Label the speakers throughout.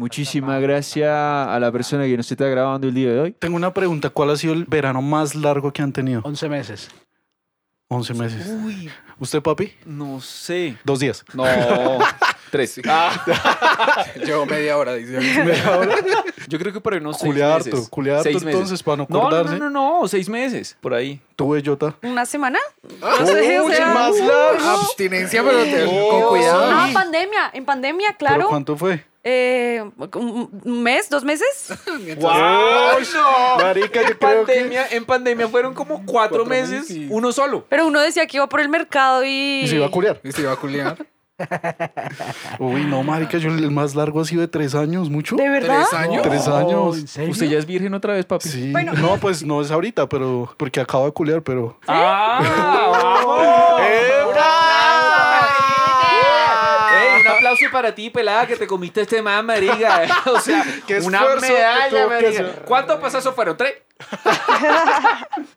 Speaker 1: Muchísimas gracias a la persona que nos está grabando el día de hoy.
Speaker 2: Tengo una pregunta. ¿Cuál ha sido el verano más largo que han tenido?
Speaker 3: 11 meses.
Speaker 2: 11 meses.
Speaker 1: Uy,
Speaker 2: ¿Usted, papi?
Speaker 1: no sé.
Speaker 2: Dos días.
Speaker 4: No. Tres. Llevo media hora, dice.
Speaker 1: Ah. Yo creo que por ahí no sé.
Speaker 2: Culea harto,
Speaker 4: meses.
Speaker 2: culea harto
Speaker 4: Seis meses.
Speaker 2: entonces para no
Speaker 1: No, no, no,
Speaker 2: acordarse.
Speaker 1: no, no, seis meses, por ahí.
Speaker 2: Tú, Bellota.
Speaker 5: ¿Una semana?
Speaker 4: Ah,
Speaker 5: No sé, o
Speaker 2: Uy,
Speaker 5: sea,
Speaker 2: más largo.
Speaker 4: Abstinencia, pero te- con
Speaker 5: Ah,
Speaker 4: cuidado.
Speaker 5: pandemia. En pandemia,
Speaker 2: ¿Pero
Speaker 5: claro.
Speaker 2: cuánto fue?
Speaker 5: Eh, un un mes, dos meses.
Speaker 2: Marica, yo
Speaker 1: En
Speaker 2: creo que...
Speaker 1: pandemia, en pandemia fueron como cuatro, meses,
Speaker 4: meses,
Speaker 1: uno solo.
Speaker 5: Pero uno decía que iba por el mercado y.
Speaker 2: Y se iba a culiar.
Speaker 4: Y se iba a culiar.
Speaker 2: Uy, no, marica, yo el más largo ha sido de tres años, mucho.
Speaker 5: ¿De verdad?
Speaker 4: ¿Tres años?
Speaker 2: Tres
Speaker 6: Oh,
Speaker 2: años.
Speaker 3: ¿En serio?
Speaker 1: ¿Usted ya es virgen otra vez, papi?
Speaker 2: Sí. No, pues no es ahorita, pero porque acabo de culiar, pero.
Speaker 1: ¡Ah! ¡Vamos! ¡Ey, un aplauso para ti, pelada, que te comiste este man, marica! O sea,
Speaker 2: Qué
Speaker 1: una
Speaker 2: esfuerzo que
Speaker 1: medalla,
Speaker 2: tuvo que
Speaker 1: marica.
Speaker 2: hacer.
Speaker 1: ¿Cuántos pasazos fueron? ¿Tres?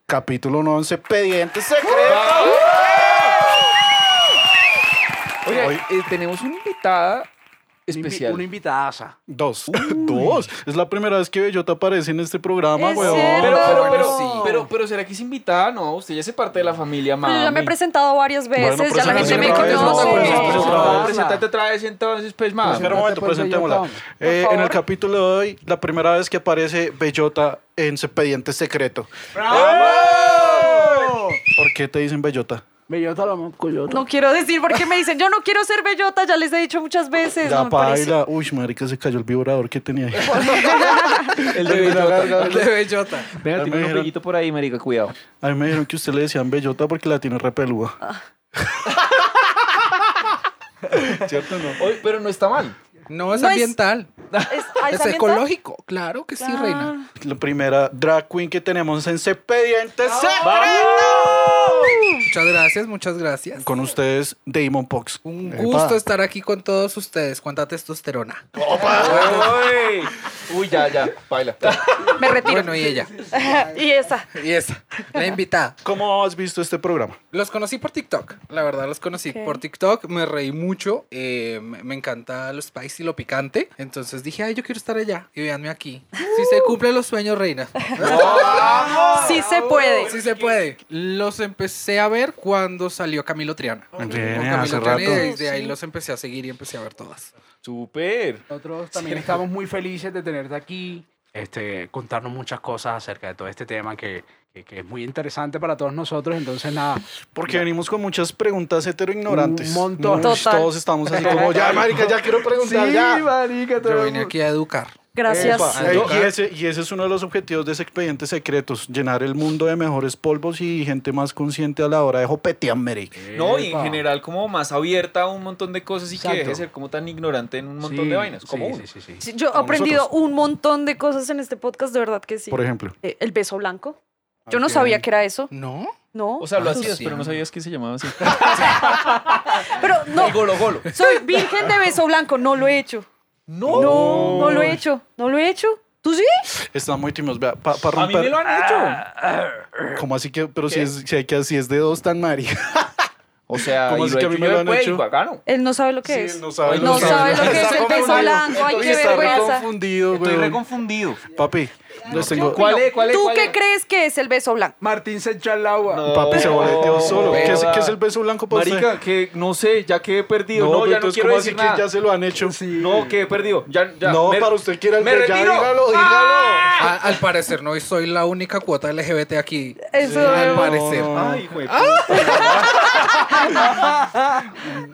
Speaker 2: Capítulo 11, Pediente Secreto.
Speaker 1: Oye, eh,
Speaker 2: Hoy-
Speaker 1: tenemos una invitada especial.
Speaker 3: Una invitadaza.
Speaker 2: Dos. Dos. Es la primera vez que Bellota aparece en este programa,
Speaker 5: Es
Speaker 2: weón.
Speaker 5: cierto.
Speaker 1: Pero, pero,
Speaker 4: Ah,
Speaker 1: pero,
Speaker 4: bueno, sí.
Speaker 1: pero, pero, ¿será que es invitada? No, usted ya es parte de la familia,
Speaker 5: Pero
Speaker 1: mami.
Speaker 5: yo ya me he presentado varias veces,
Speaker 4: pues
Speaker 2: Bueno,
Speaker 5: ya la gente me
Speaker 2: preséntate otra vez,
Speaker 5: conoce.
Speaker 2: no, preséntate
Speaker 1: Presentate
Speaker 2: otra vez.
Speaker 1: otra vez entonces, pues, mami.
Speaker 2: Espera un momento,
Speaker 3: Pues,
Speaker 2: presentémosla.
Speaker 3: Bellota.
Speaker 2: Eh,
Speaker 5: Por
Speaker 2: en el
Speaker 5: favor.
Speaker 2: capítulo de hoy, la primera vez que aparece Bellota en Pediente Secreto. ¿Por qué te dicen Bellota?
Speaker 3: Bellota la mocollota.
Speaker 5: No quiero decir porque me dicen, yo no quiero ser bellota, ya les he dicho muchas veces.
Speaker 2: La
Speaker 5: no me parece.
Speaker 2: paila. Uy, marica, se cayó el vibrador que tenía ahí.
Speaker 1: El de Bellota.
Speaker 4: De bellota.
Speaker 1: Venga,
Speaker 2: Ya me
Speaker 1: tiene un
Speaker 2: dijeron.
Speaker 1: pellitos por ahí, marica, cuidado.
Speaker 2: A mí me dijeron que usted le decían Bellota porque la tiene repelúa. ¿Cierto o no?
Speaker 1: Oye, pero no está mal.
Speaker 4: No es
Speaker 5: No es- ¿Es,
Speaker 4: ambiental.
Speaker 5: ah,
Speaker 4: Es,
Speaker 5: ¿es ambiental?
Speaker 4: ecológico. Claro que sí,
Speaker 5: Ah.
Speaker 4: reina.
Speaker 2: La primera drag queen que tenemos en Cepediente
Speaker 4: Muchas gracias, muchas gracias.
Speaker 2: Con ustedes, Damon Pox.
Speaker 4: Un
Speaker 2: Epa.
Speaker 4: gusto estar aquí con todos ustedes. Cuánta testosterona.
Speaker 1: Uy, Uy, ya, ya, baila.
Speaker 5: Ah. Me retiro.
Speaker 4: Bueno, y ella.
Speaker 5: y esa.
Speaker 4: Y esa, la invitada.
Speaker 2: ¿Cómo has visto este programa?
Speaker 4: Los conocí por TikTok. La verdad, los conocí
Speaker 5: Ok.
Speaker 4: por TikTok. Me reí mucho. eh, me me encanta lo spicy, lo picante. Entonces dije, ay, yo quiero estar allá. Y véanme aquí. Si se cumplen los sueños, reina.
Speaker 5: Sí se puede.
Speaker 4: Si se puede. Los empecé a ver cuando salió Camilo Triana.
Speaker 2: Bien,
Speaker 4: Con
Speaker 2: hace
Speaker 4: Camilo Triana y
Speaker 2: rato.
Speaker 4: desde ahí los empecé a seguir y empecé a ver todas.
Speaker 1: Super.
Speaker 3: Nosotros también estamos muy felices de tenerte aquí, este, contarnos muchas cosas acerca de todo este tema que, que- que es muy interesante para todos nosotros. Entonces, nada,
Speaker 2: Porque venimos con muchas preguntas heteroignorantes.
Speaker 3: Un montón.
Speaker 2: Uy,
Speaker 5: Total.
Speaker 2: Todos estamos así como, ya, marica, ya quiero preguntar, ya.
Speaker 1: marica,
Speaker 4: Yo vine aquí a educar.
Speaker 5: Gracias.
Speaker 2: Epa.
Speaker 4: Ay,
Speaker 2: Eh,
Speaker 4: toca.
Speaker 2: y, ese, y ese es uno de los objetivos de ese expediente secretos, llenar el mundo de mejores polvos y gente más consciente a la hora de jopetear, marica.
Speaker 1: No, y en
Speaker 3: Epa.
Speaker 1: general como más abierta a un montón de cosas y que
Speaker 3: Exacto.
Speaker 1: deje de ser como tan ignorante en un montón
Speaker 3: Sí,
Speaker 1: de vainas.
Speaker 3: sí,
Speaker 1: Como uno.
Speaker 3: sí, sí, sí.
Speaker 5: Sí, Yo he
Speaker 2: Como
Speaker 5: aprendido
Speaker 2: nosotros.
Speaker 5: un montón de cosas en este podcast, de verdad que sí.
Speaker 2: Por ejemplo.
Speaker 5: Eh, el beso blanco. Yo no
Speaker 4: Ok.
Speaker 5: sabía que era eso.
Speaker 4: ¿No?
Speaker 5: No.
Speaker 1: O sea, lo
Speaker 4: Ah,
Speaker 1: hacías,
Speaker 4: sí,
Speaker 1: pero no
Speaker 4: hombre.
Speaker 1: sabías que se llamaba así.
Speaker 5: pero no,
Speaker 1: El golo golo.
Speaker 5: soy virgen de beso blanco. No lo he hecho.
Speaker 1: No.
Speaker 5: No, no lo he hecho. No lo he hecho. ¿Tú sí?
Speaker 2: Están muy tímidos. Vea, para
Speaker 1: A mí me
Speaker 2: romper.
Speaker 1: lo han hecho.
Speaker 2: ¿Cómo así que? Pero si,
Speaker 1: ¿Qué?
Speaker 2: es, si hay que así es de dos tan marica.
Speaker 1: O sea,
Speaker 2: ¿Cómo
Speaker 1: y
Speaker 2: así
Speaker 1: lo
Speaker 2: que
Speaker 1: he
Speaker 2: a mí
Speaker 1: hecho
Speaker 2: me
Speaker 1: yo pues,
Speaker 2: lo han
Speaker 1: después y
Speaker 2: hecho?
Speaker 1: bacano.
Speaker 5: Él no sabe lo que es.
Speaker 2: no sabe,
Speaker 5: No sabe lo que es
Speaker 2: Está
Speaker 5: el beso
Speaker 2: confundido.
Speaker 5: blanco. Ay, qué
Speaker 2: Está re
Speaker 5: vergüenza.
Speaker 2: confundido,
Speaker 1: Estoy
Speaker 2: güey.
Speaker 1: reconfundido.
Speaker 2: Papi, les tengo.
Speaker 1: ¿Cuál es? ¿Cuál es?
Speaker 5: ¿Tú
Speaker 1: ¿Cuál
Speaker 5: qué
Speaker 1: es?
Speaker 5: crees que es el beso blanco?
Speaker 3: Martín se echó al agua.
Speaker 1: No,
Speaker 2: Papi se
Speaker 1: no,
Speaker 2: boleteó solo. ¿Qué es,
Speaker 1: joda.
Speaker 2: qué es el beso blanco para usted?
Speaker 1: Marica, que no sé, ya quedé perdido. No,
Speaker 2: pero
Speaker 1: ya no
Speaker 2: entonces,
Speaker 1: quiero
Speaker 2: ¿cómo
Speaker 1: decir
Speaker 2: así
Speaker 1: nada.
Speaker 2: que ya se lo han hecho?
Speaker 1: No, quedé perdido. Ya, ya.
Speaker 2: No,
Speaker 1: Me-
Speaker 2: para usted quiera el
Speaker 1: me
Speaker 2: beso. Ya
Speaker 1: retiro. Ah.
Speaker 2: dígalo, dígalo.
Speaker 4: A- al parecer, no soy la única cuota LGBT aquí.
Speaker 5: Eso veo.
Speaker 4: Al parecer.
Speaker 1: Ay, güey.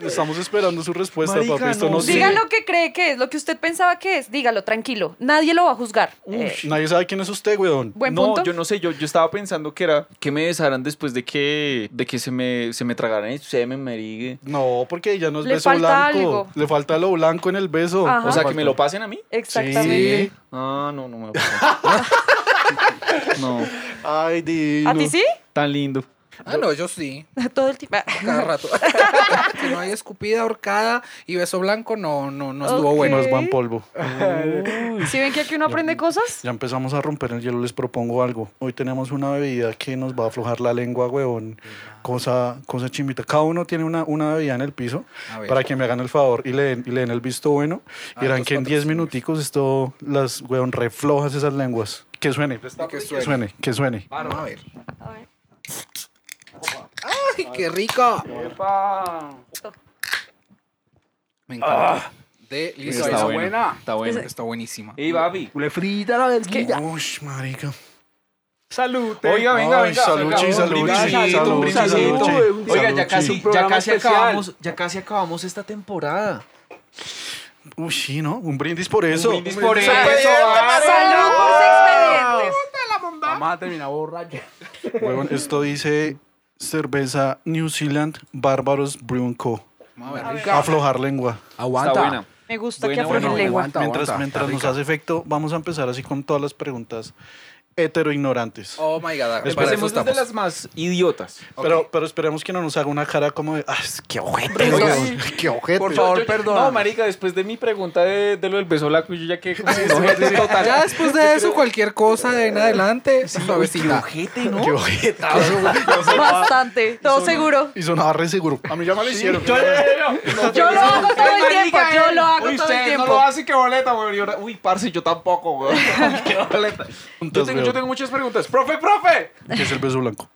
Speaker 2: Estamos esperando su respuesta,
Speaker 1: Marica,
Speaker 2: papi. Esto
Speaker 1: no.
Speaker 2: no,
Speaker 1: Sí.
Speaker 5: Diga lo que cree que es, lo que usted pensaba que es. Dígalo, tranquilo. Nadie lo va a juzgar. Eh,
Speaker 2: Nadie sabe quién es usted, weón.
Speaker 5: buen
Speaker 1: no,
Speaker 5: punto.
Speaker 1: yo no sé, yo, yo estaba pensando que era que me besaran después de que, de que se, me, se me tragaran el semen, marigue.
Speaker 2: No, porque ya no es
Speaker 5: Le
Speaker 2: beso
Speaker 5: falta
Speaker 2: blanco.
Speaker 5: algo.
Speaker 2: Le falta lo blanco en el beso.
Speaker 6: Ah.
Speaker 5: Ajá.
Speaker 1: O sea, que me lo pasen a mí.
Speaker 5: Exactamente.
Speaker 2: Sí.
Speaker 1: Ah, no, no me lo pasen. No,
Speaker 2: Ay, divino.
Speaker 5: ¿A ti sí?
Speaker 1: tan lindo.
Speaker 4: Ah, no, yo sí.
Speaker 5: Todo el tiempo.
Speaker 4: Cada rato. si no hay escupida, ahorcada y beso blanco, no, no, no estuvo
Speaker 5: Ok.
Speaker 4: bueno.
Speaker 2: No es buen polvo.
Speaker 5: ¿Sí ven que aquí uno aprende cosas?
Speaker 2: Ya empezamos a romper el hielo, les propongo algo. Hoy tenemos una bebida que nos va a aflojar la lengua, huevón. Cosa, cosa chimbita. Cada uno tiene una, una bebida en el piso
Speaker 4: A ver.
Speaker 2: para que me hagan el favor y le den, y le den el visto bueno.
Speaker 4: Ah,
Speaker 2: y verán
Speaker 4: tus
Speaker 2: que en 10
Speaker 4: patrocinios.
Speaker 2: minuticos esto, las, huevón, reflojas esas lenguas. Que suene, que
Speaker 4: suene.
Speaker 2: suene, que suene.
Speaker 4: Vamos a ver. ¡Ay, qué rico! Me encanta. Delicioso.
Speaker 3: Está
Speaker 1: Está
Speaker 4: Está,
Speaker 3: bueno.
Speaker 1: buena.
Speaker 3: buena.
Speaker 1: Está buena.
Speaker 4: buenísima.
Speaker 1: Ey, papi.
Speaker 3: Le frita la del que
Speaker 2: Uy, marica.
Speaker 3: Salud.
Speaker 1: Oiga, venga,
Speaker 2: Ay,
Speaker 1: venga.
Speaker 2: salud,
Speaker 1: salud,
Speaker 2: chi, salud,
Speaker 1: brindis,
Speaker 2: chi,
Speaker 1: salud,
Speaker 2: salud,
Speaker 1: brindis,
Speaker 2: chi,
Speaker 1: salud,
Speaker 2: salud,
Speaker 1: salud.
Speaker 2: chi.
Speaker 1: Oiga, ya
Speaker 2: Salud,
Speaker 1: casi,
Speaker 2: chi.
Speaker 1: ya casi acabamos.
Speaker 7: ya casi acabamos esta temporada.
Speaker 2: Uy, sí, ¿no? Un brindis por eso.
Speaker 1: brindis por
Speaker 2: eso.
Speaker 1: eso, vale.
Speaker 5: ¡Salud por sus expedientes!
Speaker 3: Vamos a terminar borracho.
Speaker 2: Huevón, esto dice cerveza New Zealand Barbaros Brewing Co.
Speaker 4: Vamos a ver.
Speaker 2: Aflojar lengua.
Speaker 1: Está
Speaker 3: Aguanta.
Speaker 1: buena.
Speaker 5: Me gusta
Speaker 1: Buena,
Speaker 5: que aflojen
Speaker 1: buena,
Speaker 5: lengua.
Speaker 3: aguanta,
Speaker 2: mientras
Speaker 3: aguanta,
Speaker 2: mientras
Speaker 3: está
Speaker 2: nos
Speaker 3: rica.
Speaker 2: hace efecto, vamos a empezar así con todas las preguntas heteroignorantes.
Speaker 4: Oh my god. Para eso
Speaker 1: Empecemos desde
Speaker 4: estamos.
Speaker 1: las más idiotas.
Speaker 2: Pero, pero esperemos que no nos haga una cara como de, "Ah, es que ojete,
Speaker 4: Eso
Speaker 2: weón,
Speaker 4: sí.
Speaker 2: qué ojete".
Speaker 4: Por favor,
Speaker 1: perdón.
Speaker 4: perdona.
Speaker 1: No, marica, después de mi pregunta de, de lo del beso blanco, yo ya que total.
Speaker 4: Ya después de eso, cualquier cosa de en adelante, suavecita.
Speaker 2: Qué ojete.
Speaker 5: Bastante, todo seguro.
Speaker 2: Y sonaba re seguro. A mí ya me lo hicieron.
Speaker 1: Yo, Eh,
Speaker 5: Yo lo hago todo el tiempo, yo lo hago
Speaker 1: Uy,
Speaker 5: todo el
Speaker 1: usted no lo
Speaker 5: tiempo.
Speaker 1: hace que boleta, weón. Y ahora, Uy, parce, yo tampoco, weón. Qué boleta. Yo
Speaker 2: Entonces,
Speaker 1: tengo,
Speaker 2: weón,
Speaker 1: yo tengo muchas preguntas. ¡Profe, profe!
Speaker 2: ¿Qué es el beso blanco?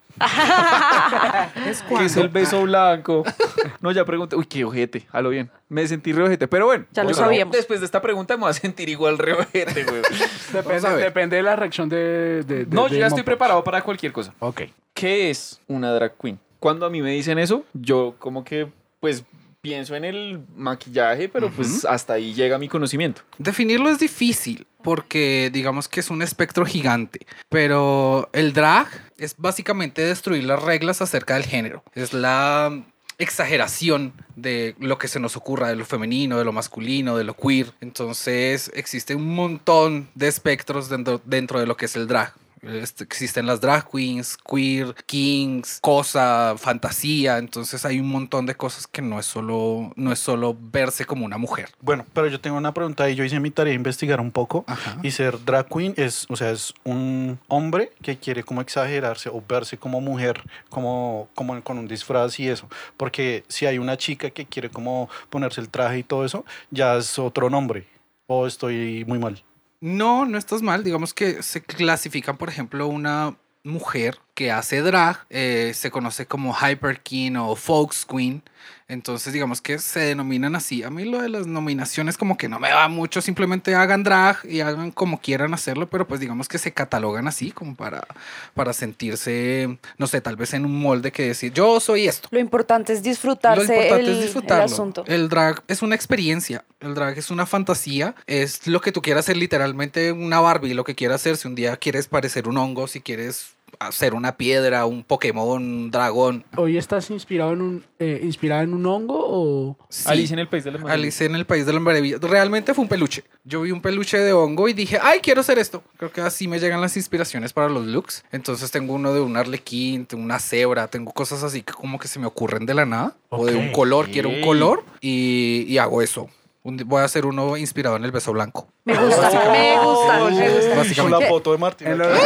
Speaker 1: ¿Qué es el beso blanco? No, ya pregunté. Uy, qué ojete. A lo bien. Me sentí re ojete. Pero bueno.
Speaker 5: Ya lo
Speaker 1: Oiga,
Speaker 5: sabíamos.
Speaker 1: Después de esta pregunta me voy a sentir igual re ojete, weón.
Speaker 4: Vamos a
Speaker 3: Depende,
Speaker 4: ver.
Speaker 3: depende de la reacción de. de- de-
Speaker 1: No,
Speaker 3: de
Speaker 1: yo ya estoy
Speaker 3: Moped.
Speaker 1: preparado para cualquier cosa.
Speaker 3: Ok.
Speaker 1: ¿Qué es una drag queen? Cuando a mí me dicen eso, yo como que, pues, pienso en el maquillaje, pero pues hasta ahí llega mi conocimiento.
Speaker 4: Definirlo es difícil porque digamos que es un espectro gigante, pero el drag es básicamente destruir las reglas acerca del género. Es la exageración de lo que se nos ocurra, de lo femenino, de lo masculino, de lo queer. Entonces existe un montón de espectros dentro, dentro de lo que es el drag. Este, existen las drag queens, queer, kings, cosa, fantasía. Entonces hay un montón de cosas que no es solo, no es solo verse como una mujer.
Speaker 2: Bueno, pero yo tengo una pregunta y yo hice mi tarea de investigar un poco. Y ser drag queen es, o sea, es un hombre que quiere como exagerarse o verse como mujer, como, como con un disfraz y eso. Porque si hay una chica que quiere como ponerse el traje y todo eso, ya es otro nombre. O estoy muy mal.
Speaker 4: No, no estás mal. Digamos que se clasifican, por ejemplo, una mujer que hace drag, eh, se conoce como Hyper Queen o Folks Queen. Entonces, digamos que se denominan así. A mí lo de las nominaciones como que no me va mucho. Simplemente hagan drag y hagan como quieran hacerlo, pero pues digamos que se catalogan así como para, para sentirse, no sé, tal vez en un molde que decir, yo soy esto.
Speaker 5: Lo importante es disfrutarse
Speaker 4: Lo importante
Speaker 5: el,
Speaker 4: es
Speaker 5: el
Speaker 4: disfrutarlo.
Speaker 5: asunto.
Speaker 4: El drag es una experiencia. El drag es una fantasía. Es lo que tú quieras hacer, literalmente una Barbie, lo que quieras hacer. Si un día quieres parecer un hongo, si quieres hacer una piedra, un Pokémon, un dragón.
Speaker 3: ¿Hoy estás inspirado en un, eh, inspirada en un hongo o.?
Speaker 4: Sí.
Speaker 1: Alice en el país de las maravillas.
Speaker 4: Alice en el País de las Maravillas. Realmente fue un peluche. Yo vi un peluche de hongo y dije, ay, quiero hacer esto. Creo que así me llegan las inspiraciones para los looks. Entonces tengo uno de un arlequín, tengo una cebra, tengo cosas así que como que se me ocurren de la nada. O de un
Speaker 3: Ok.
Speaker 4: color, quiero un
Speaker 1: Ey.
Speaker 4: color y, y hago eso. Un- Voy a hacer uno inspirado en el beso blanco.
Speaker 5: Me gusta, me gusta, me gusta.
Speaker 2: Con la foto de Martín.
Speaker 3: En lo de- sí,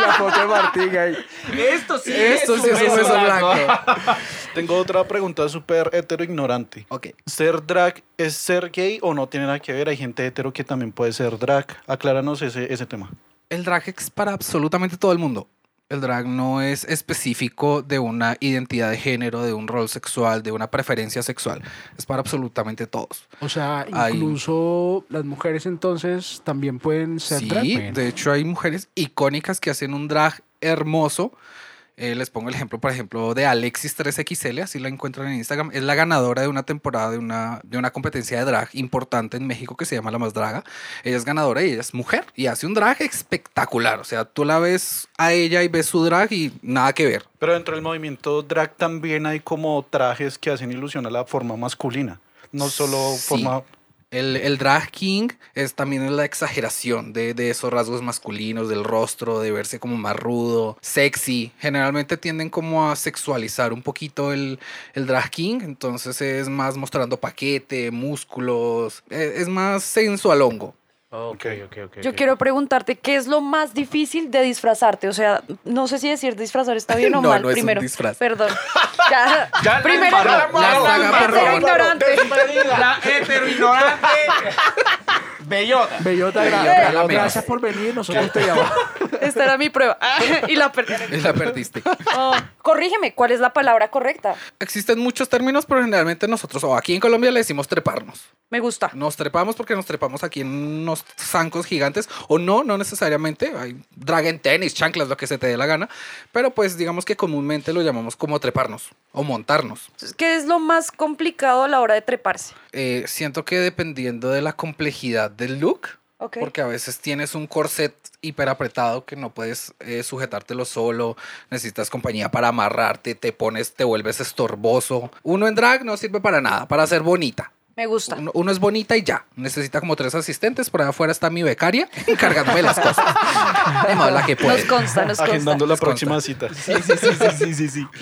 Speaker 3: la foto de Martín ahí.
Speaker 1: Esto sí
Speaker 4: Esto sí es un beso blanco.
Speaker 2: Tengo otra pregunta súper heteroignorante.
Speaker 4: Ok.
Speaker 2: ¿Ser drag es ser gay o no tiene nada que ver? Hay gente hetero que también puede ser drag. Acláranos ese, ese tema.
Speaker 4: El drag es para absolutamente todo el mundo. El drag no es específico de una identidad de género, de un rol sexual, de una preferencia sexual. Es para absolutamente todos.
Speaker 3: O sea,
Speaker 4: Ahí.
Speaker 3: incluso las mujeres entonces también pueden ser
Speaker 4: Sí,
Speaker 3: drag queen.
Speaker 4: de hecho hay mujeres icónicas que hacen un drag hermoso. Eh, les pongo el ejemplo, por ejemplo, de Alexis3XL, así la encuentran en Instagram. Es la ganadora de una temporada de una, de una competencia de drag importante en México que se llama La Más Draga. Ella es ganadora y ella es mujer y hace un drag espectacular. O sea, tú la ves a ella y ves su drag y nada que ver.
Speaker 2: Pero dentro del movimiento drag también hay como trajes que hacen ilusión a la forma masculina, no solo
Speaker 4: Sí.
Speaker 2: forma
Speaker 4: El, el drag king es también la exageración de, de esos rasgos masculinos, del rostro, de verse como más rudo, sexy. Generalmente tienden como a sexualizar un poquito el, el drag king, entonces es más mostrando paquete, músculos, e- es, más sensualongo.
Speaker 3: Ok, ok, ok.
Speaker 5: Yo
Speaker 3: ok.
Speaker 5: quiero preguntarte, ¿qué es lo más difícil de disfrazarte? O sea, no sé si decir disfrazar está bien o
Speaker 4: No,
Speaker 5: mal
Speaker 4: no es un
Speaker 5: primero.
Speaker 4: disfraz.
Speaker 5: Perdón. Ya,
Speaker 1: Ya la
Speaker 5: primero,
Speaker 1: embarró,
Speaker 4: la saga
Speaker 5: primero
Speaker 4: embarró.
Speaker 5: ignorante.
Speaker 1: La heteroignorante. Bellota.
Speaker 3: Bellota, gra-
Speaker 5: Bellota,
Speaker 3: gra-
Speaker 4: la menos.
Speaker 3: gracias por venir. Nosotros te llamamos.
Speaker 5: Esta era mi prueba. y la perdí.
Speaker 4: La perdiste.
Speaker 5: Oh, corrígeme, ¿cuál es la palabra correcta?
Speaker 4: Existen muchos términos, pero generalmente nosotros, o aquí en Colombia le decimos treparnos.
Speaker 5: Me gusta.
Speaker 4: Nos trepamos porque nos trepamos aquí en unos zancos gigantes, o no, no necesariamente. Hay drag en tenis, chanclas, lo que se te dé la gana. Pero pues digamos que comúnmente lo llamamos como treparnos o montarnos.
Speaker 5: Entonces, ¿Qué es lo más complicado a la hora de treparse?
Speaker 4: Eh, siento que dependiendo de la complejidad del look,
Speaker 5: Ok.
Speaker 4: porque a veces tienes un corset hiper apretado que no puedes eh, sujetártelo solo, necesitas compañía para amarrarte, te pones, te vuelves estorboso. Uno en drag no sirve para nada, para ser bonita.
Speaker 5: Me gusta.
Speaker 4: Uno, uno es bonita y ya. Necesita como tres asistentes. Por allá afuera está mi becaria encargándome las cosas. De modo, la que
Speaker 5: Nos
Speaker 4: puede.
Speaker 5: consta, nos consta.
Speaker 2: Agendando la
Speaker 4: Nos consta.
Speaker 2: próxima cita.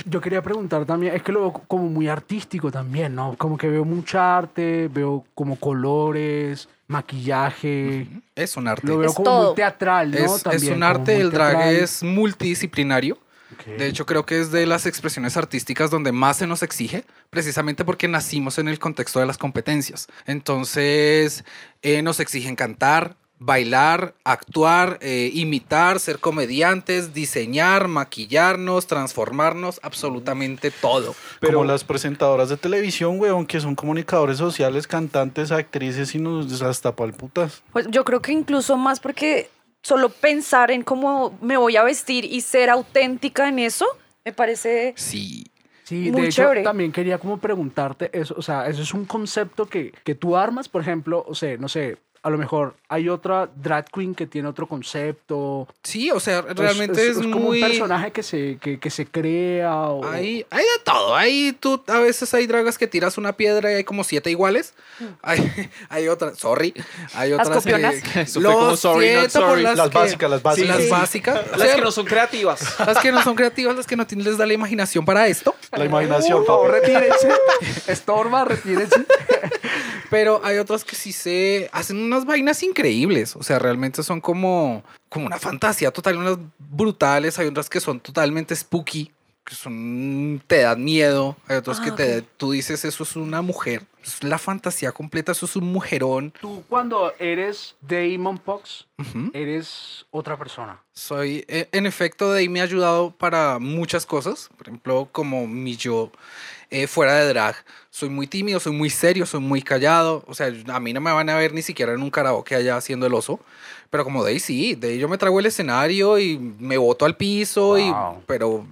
Speaker 3: Yo quería preguntar también, es que lo veo como muy artístico también, ¿no? Como que veo mucha arte, veo como colores, maquillaje,
Speaker 4: Es un arte.
Speaker 3: lo veo
Speaker 5: Es
Speaker 3: como
Speaker 5: todo.
Speaker 3: muy teatral, ¿no?
Speaker 4: Es, es
Speaker 3: También,
Speaker 4: un
Speaker 3: como
Speaker 4: arte.
Speaker 3: muy
Speaker 4: El drag
Speaker 3: teatral.
Speaker 4: es multidisciplinario.
Speaker 3: Ok.
Speaker 4: De hecho, creo que es de las expresiones artísticas donde más se nos exige, precisamente porque nacimos en el contexto de las competencias. Entonces, eh, nos exigen cantar, bailar, actuar, eh, imitar, ser comediantes, diseñar, maquillarnos, transformarnos, absolutamente todo.
Speaker 1: Pero-
Speaker 2: Como las presentadoras de televisión, weón, que son comunicadores sociales, cantantes, actrices y nos hasta palputas.
Speaker 5: Pues yo creo que incluso más porque solo pensar en cómo me voy a vestir y ser auténtica en eso, me parece...
Speaker 4: Sí.
Speaker 3: Sí,
Speaker 5: Muy
Speaker 3: de hecho,
Speaker 5: chévere.
Speaker 3: también quería como preguntarte eso, o sea, eso es un concepto que, que tú armas, por ejemplo, o sea, no sé, a lo mejor hay otra drag queen que tiene otro concepto.
Speaker 4: Sí, o sea,
Speaker 3: Pues, Es-
Speaker 4: realmente es,
Speaker 3: como
Speaker 4: muy...
Speaker 3: un personaje que se, que, que se crea o...
Speaker 4: Hay, hay de todo. Hay, tú, a veces hay dragas que tiras una piedra y hay como siete iguales.
Speaker 1: Mm.
Speaker 4: Hay, hay otras, sorry. Hay
Speaker 5: Las
Speaker 4: otras
Speaker 5: copionas.
Speaker 1: Eso fue como sorry, not
Speaker 4: siento por
Speaker 1: sorry.
Speaker 2: Las
Speaker 4: que-
Speaker 2: básicas, las
Speaker 4: sí,
Speaker 2: básicas.
Speaker 4: las
Speaker 2: Sí.
Speaker 4: básicas. O
Speaker 1: Las
Speaker 4: sea,
Speaker 1: que no son creativas.
Speaker 4: las que no son creativas, las que no tienen- les da la imaginación para esto.
Speaker 2: La imaginación,
Speaker 3: Por favor,
Speaker 2: papi.
Speaker 3: retírense. Estorba, retírense.
Speaker 4: Pero hay otras que sí se hacen unas vainas increíbles. O sea, realmente son como, como una fantasía total, unas brutales. Hay otras que son totalmente spooky, que son, te dan miedo. Hay otras
Speaker 5: Ah,
Speaker 4: que te, tú dices, eso es una mujer. Es la fantasía completa, eso es un mujerón.
Speaker 3: Tú cuando eres Damon Pox,
Speaker 1: ¿Mm?
Speaker 4: Ujú.
Speaker 3: eres otra persona.
Speaker 4: Soy, eh, en efecto, de ahí me ha ayudado para muchas cosas. Por ejemplo, como mi yo eh, fuera de drag. Soy muy tímido, soy muy serio, soy muy callado. O sea, a mí no me van a ver ni siquiera en un karaoke allá haciendo el oso. Pero como de ahí sí, de ahí yo me trago el escenario y me boto al piso.
Speaker 3: Wow.
Speaker 4: Y, pero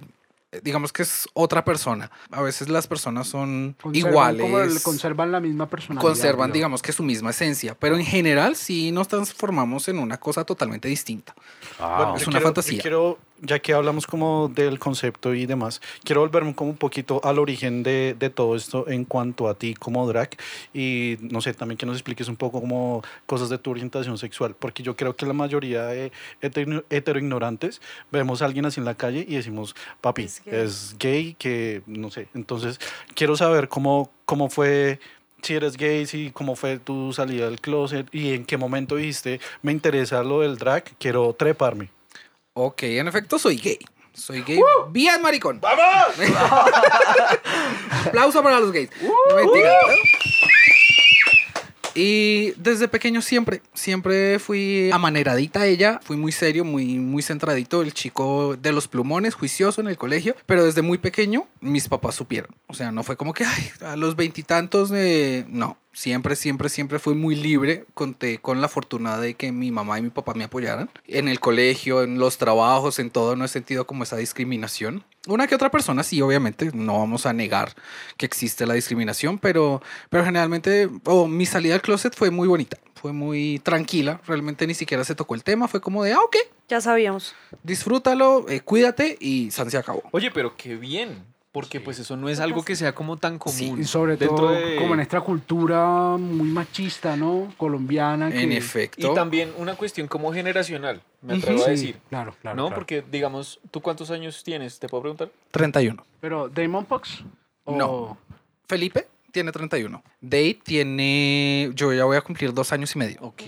Speaker 4: eh, digamos que es otra persona. A veces las personas son
Speaker 3: Conservan
Speaker 4: iguales
Speaker 3: como el- conservan la misma personalidad.
Speaker 4: conservan,
Speaker 3: creo.
Speaker 4: digamos que su misma esencia, pero en general sí nos transformamos en una cosa totalmente distinta.
Speaker 2: Bueno,
Speaker 3: Ah.
Speaker 4: es
Speaker 2: yo
Speaker 4: una
Speaker 2: quiero-
Speaker 4: fantasía.
Speaker 2: yo quiero, ya que hablamos como del concepto y demás, quiero volverme como un poquito al origen de, de todo esto en cuanto a ti como drag y no sé, también que nos expliques un poco como cosas de tu orientación sexual, porque yo creo que la mayoría de hetero- heteroignorantes vemos a alguien así en la calle y decimos, papi,
Speaker 5: Es
Speaker 2: es
Speaker 5: gay".
Speaker 2: gay, que no sé. Entonces, quiero saber cómo, cómo fue... Si eres gay, si cómo fue tu salida del closet y en qué momento dijiste, me interesa lo del drag, quiero treparme.
Speaker 4: Ok, en efecto soy gay. Soy gay. Bien, maricón.
Speaker 1: ¡Vamos!
Speaker 4: Aplauso para los gays. No, mentira. Y desde pequeño siempre, siempre fui amaneradita a ella, fui muy serio, muy, muy centradito, el chico de los plumones, juicioso en el colegio, pero desde muy pequeño mis papás supieron. O sea, no fue como que, ay, a los veintitantos, eh, no, siempre, siempre, siempre fui muy libre, conté con la fortuna de que mi mamá y mi papá me apoyaran en el colegio, en los trabajos, en todo, no he sentido como esa discriminación. Una que otra persona, sí, obviamente, no vamos a negar que existe la discriminación, pero, pero generalmente, o mi salida del closet fue muy bonita, fue muy tranquila, realmente ni siquiera se tocó el tema, fue como de, ah, ok,
Speaker 5: Ya sabíamos.
Speaker 4: disfrútalo, eh, cuídate y San se acabó.
Speaker 1: Oye, pero qué bien. Porque pues eso no es algo que sea como tan común.
Speaker 3: Y sobre
Speaker 1: dentro
Speaker 3: todo
Speaker 1: de-
Speaker 3: como en este esta cultura muy machista, ¿no? Colombiana.
Speaker 4: En
Speaker 3: que-
Speaker 4: efecto.
Speaker 1: Y también una cuestión como generacional, me atrevo
Speaker 3: Sí,
Speaker 1: a decir.
Speaker 3: Claro, claro.
Speaker 1: ¿No?
Speaker 3: claro.
Speaker 1: Porque, digamos, ¿tú cuántos años tienes? ¿Te puedo preguntar?
Speaker 4: 31.
Speaker 3: Pero Damon Pox. o-
Speaker 4: No. Felipe tiene 31. Dave tiene. Yo ya voy a cumplir dos años y medio.
Speaker 1: Ok.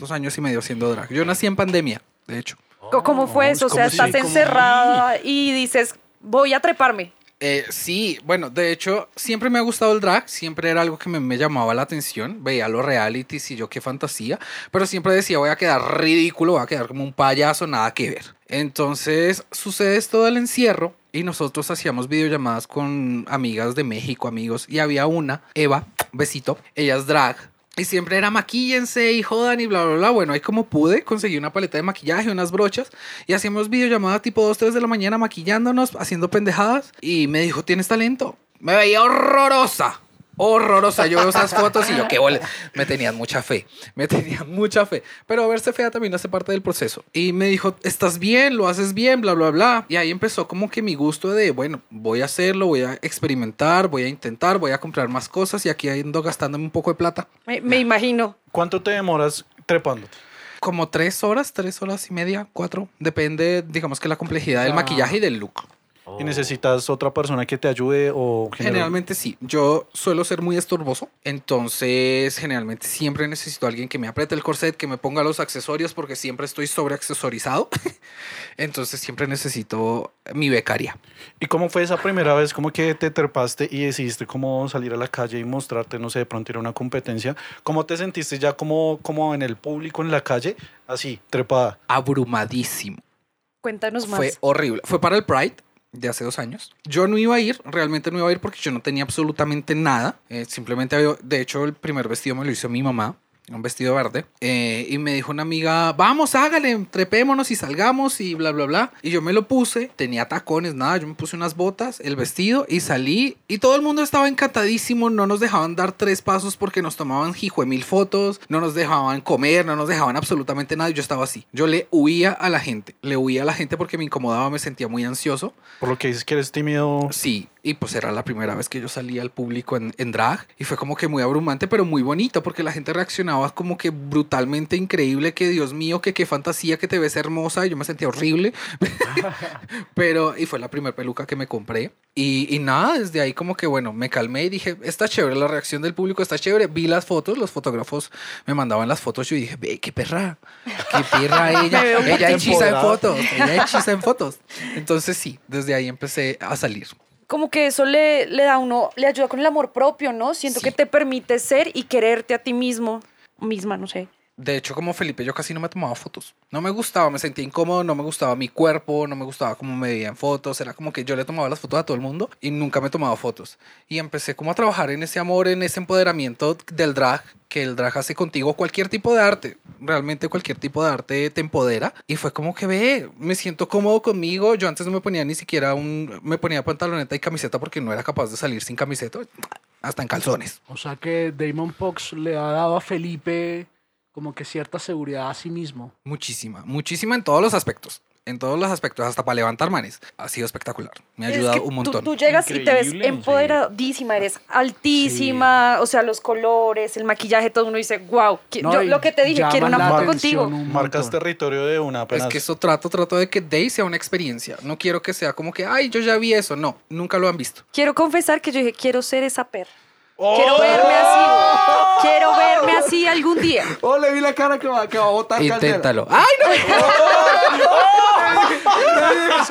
Speaker 4: Dos años y medio siendo drag. Yo nací en pandemia, de hecho.
Speaker 5: Co- ¿Cómo fue eso? O sea,
Speaker 2: como si-
Speaker 5: estás
Speaker 2: como-
Speaker 5: encerrada y dices, voy a treparme.
Speaker 4: Eh, sí, bueno, de hecho, siempre me ha gustado el drag, siempre era algo que me, me llamaba la atención, veía los realities y yo qué fantasía, pero siempre decía voy a quedar ridículo, voy a quedar como un payaso, nada que ver. Entonces sucede esto del encierro y nosotros hacíamos videollamadas con amigas de México, amigos, y había una, Eva, besito, ella es drag, y siempre era maquíllense y jodan y bla, bla, bla. Bueno, ahí como pude, conseguí una paleta de maquillaje, unas brochas y hacíamos videollamadas tipo 2, 3 de la mañana maquillándonos, haciendo pendejadas. Y me dijo, ¿tienes talento? Me veía horrorosa. Horrorosa. Yo veo esas fotos y yo, qué bola. Me tenían mucha fe. Me tenían mucha fe. Pero verse fea también hace parte del proceso. Y me dijo, estás bien, lo haces bien, bla, bla, bla. Y ahí empezó como que mi gusto de, bueno, voy a hacerlo, voy a experimentar, voy a intentar, voy a comprar más cosas y aquí ando gastándome un poco de plata.
Speaker 5: Me, me imagino.
Speaker 2: ¿Cuánto te demoras trepándote?
Speaker 4: Como tres horas, tres horas y media, cuatro. Depende, digamos que la complejidad del
Speaker 3: Ah.
Speaker 4: maquillaje y del look.
Speaker 2: ¿Y necesitas otra persona que te ayude o
Speaker 4: Generalmente sí. Yo suelo ser muy estorboso. Entonces, generalmente siempre necesito a alguien que me apriete el corset, que me ponga los accesorios, porque siempre estoy sobreaccesorizado. entonces, siempre necesito mi becaria.
Speaker 2: ¿Y cómo fue esa primera vez? ¿Cómo que te trepaste y decidiste cómo salir a la calle y mostrarte, no sé, de pronto ir a una competencia? ¿Cómo te sentiste ya como, como en el público, en la calle, así, trepada?
Speaker 4: Abrumadísimo.
Speaker 5: Cuéntanos más.
Speaker 4: Fue horrible. Fue para el Pride de hace dos años. Yo no iba a ir, realmente no iba a ir porque yo no tenía absolutamente nada. Eh, simplemente, había- de hecho, el primer vestido me lo hizo mi mamá, un vestido verde. Eh, y me dijo una amiga, vamos, hágale, trepémonos y salgamos y bla, bla, bla. Y yo me lo puse, tenía tacones, nada, yo me puse unas botas, el vestido y salí. Y todo el mundo estaba encantadísimo, no nos dejaban dar tres pasos porque nos tomaban hijo mil fotos, no nos dejaban comer, no nos dejaban absolutamente nada. Y yo estaba así. Yo le huía a la gente, le huía a la gente porque me incomodaba, me sentía muy ansioso.
Speaker 2: Por lo que dices que eres tímido.
Speaker 4: Sí, y pues era la primera vez que yo salía al público en, en drag y fue como que muy abrumante, pero muy bonito porque la gente reaccionaba como que brutalmente increíble, que Dios mío, que qué fantasía, que te ves hermosa, y yo me sentía horrible, pero y fue la primera peluca que me compré y, y nada, desde ahí como que bueno, me calmé y dije, está chévere la reacción del público, está chévere, vi las fotos, los fotógrafos me mandaban las fotos y yo dije, ve, qué perra, qué perra ella,
Speaker 5: Me veo muy
Speaker 4: ella hechiza en
Speaker 2: temporada.
Speaker 4: fotos, ella hechiza en fotos. Entonces sí, desde ahí empecé a salir.
Speaker 5: Como que eso le, le da a uno, le ayuda con el amor propio, ¿no? Siento
Speaker 4: Sí.
Speaker 5: que te permite ser y quererte a ti mismo. Misma, no sé.
Speaker 4: De hecho, como Felipe, yo casi no me tomaba fotos. No me gustaba, me sentía incómodo, no me gustaba mi cuerpo, no me gustaba cómo me veía en fotos. Era como que yo le tomaba las fotos a todo el mundo y nunca me tomaba fotos. Y empecé como a trabajar en ese amor, en ese empoderamiento del drag, que el drag hace contigo cualquier tipo de arte. Realmente cualquier tipo de arte te empodera. Y fue como que ve, me siento cómodo conmigo. Yo antes no me ponía ni siquiera un... Me ponía pantaloneta y camiseta porque no era capaz de salir sin camiseta, hasta en calzones.
Speaker 3: O sea que Damon Pox le ha dado a Felipe como que cierta seguridad a sí mismo.
Speaker 4: Muchísima, muchísima en todos los aspectos. En todos los aspectos, hasta para levantar manes. Ha sido espectacular. Me ha
Speaker 5: Es
Speaker 4: ayudado
Speaker 5: que
Speaker 4: un
Speaker 5: tú-
Speaker 4: montón.
Speaker 5: Tú, llegas y te ves
Speaker 1: Increíble,
Speaker 5: empoderadísima, eres altísima, o sea, los colores, el maquillaje, todo uno dice, wow.
Speaker 3: No, y
Speaker 5: lo que te dije,
Speaker 3: llama
Speaker 5: quiero una
Speaker 3: la
Speaker 5: foto
Speaker 3: atención
Speaker 5: contigo.
Speaker 3: un
Speaker 2: Marcas
Speaker 3: montón.
Speaker 2: territorio de una apenas.
Speaker 4: Es que eso trato, trato de que Day sea una experiencia. No quiero que sea como que, ay, yo ya vi eso. No, nunca lo han visto.
Speaker 5: Quiero confesar que yo dije, quiero ser esa perra.
Speaker 3: ¡Oh!
Speaker 5: Quiero verme así. Quiero verme así algún día.
Speaker 6: Oh, le vi la cara que va, que va a botar
Speaker 4: Inténtalo. ¡Ay, no!
Speaker 2: ¡Oh!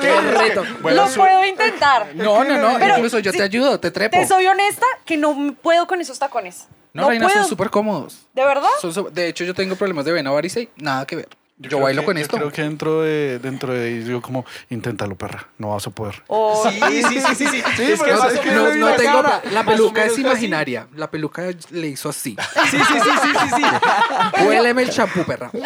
Speaker 4: ¡Qué reto!
Speaker 5: lo puedo intentar.
Speaker 4: No, no, no.
Speaker 5: Pero
Speaker 4: Incluso yo
Speaker 5: si-
Speaker 4: te ayudo, te trepo.
Speaker 5: Te soy honesta que no puedo con esos tacones.
Speaker 4: No,
Speaker 5: No,
Speaker 4: Reina,
Speaker 5: puedo.
Speaker 4: son súper cómodos.
Speaker 5: ¿De verdad?
Speaker 4: Son su- de hecho, yo tengo problemas de vena varice. Nada que ver. Yo,
Speaker 2: creo
Speaker 4: bailo
Speaker 2: que-
Speaker 4: con
Speaker 2: yo
Speaker 4: esto.
Speaker 2: Creo que dentro de, dentro de ahí digo como, inténtalo, perra, no vas a poder.
Speaker 5: O-
Speaker 1: Sí, sí, sí, sí. sí.
Speaker 2: Sí,
Speaker 4: No,
Speaker 2: pero es que
Speaker 4: no,
Speaker 2: le vi
Speaker 4: no
Speaker 2: la
Speaker 4: tengo.
Speaker 2: cara.
Speaker 4: La peluca es imaginaria. La peluca le hizo así.
Speaker 1: Sí, sí, sí, sí, sí, sí.
Speaker 4: Huéleme el champú, perra.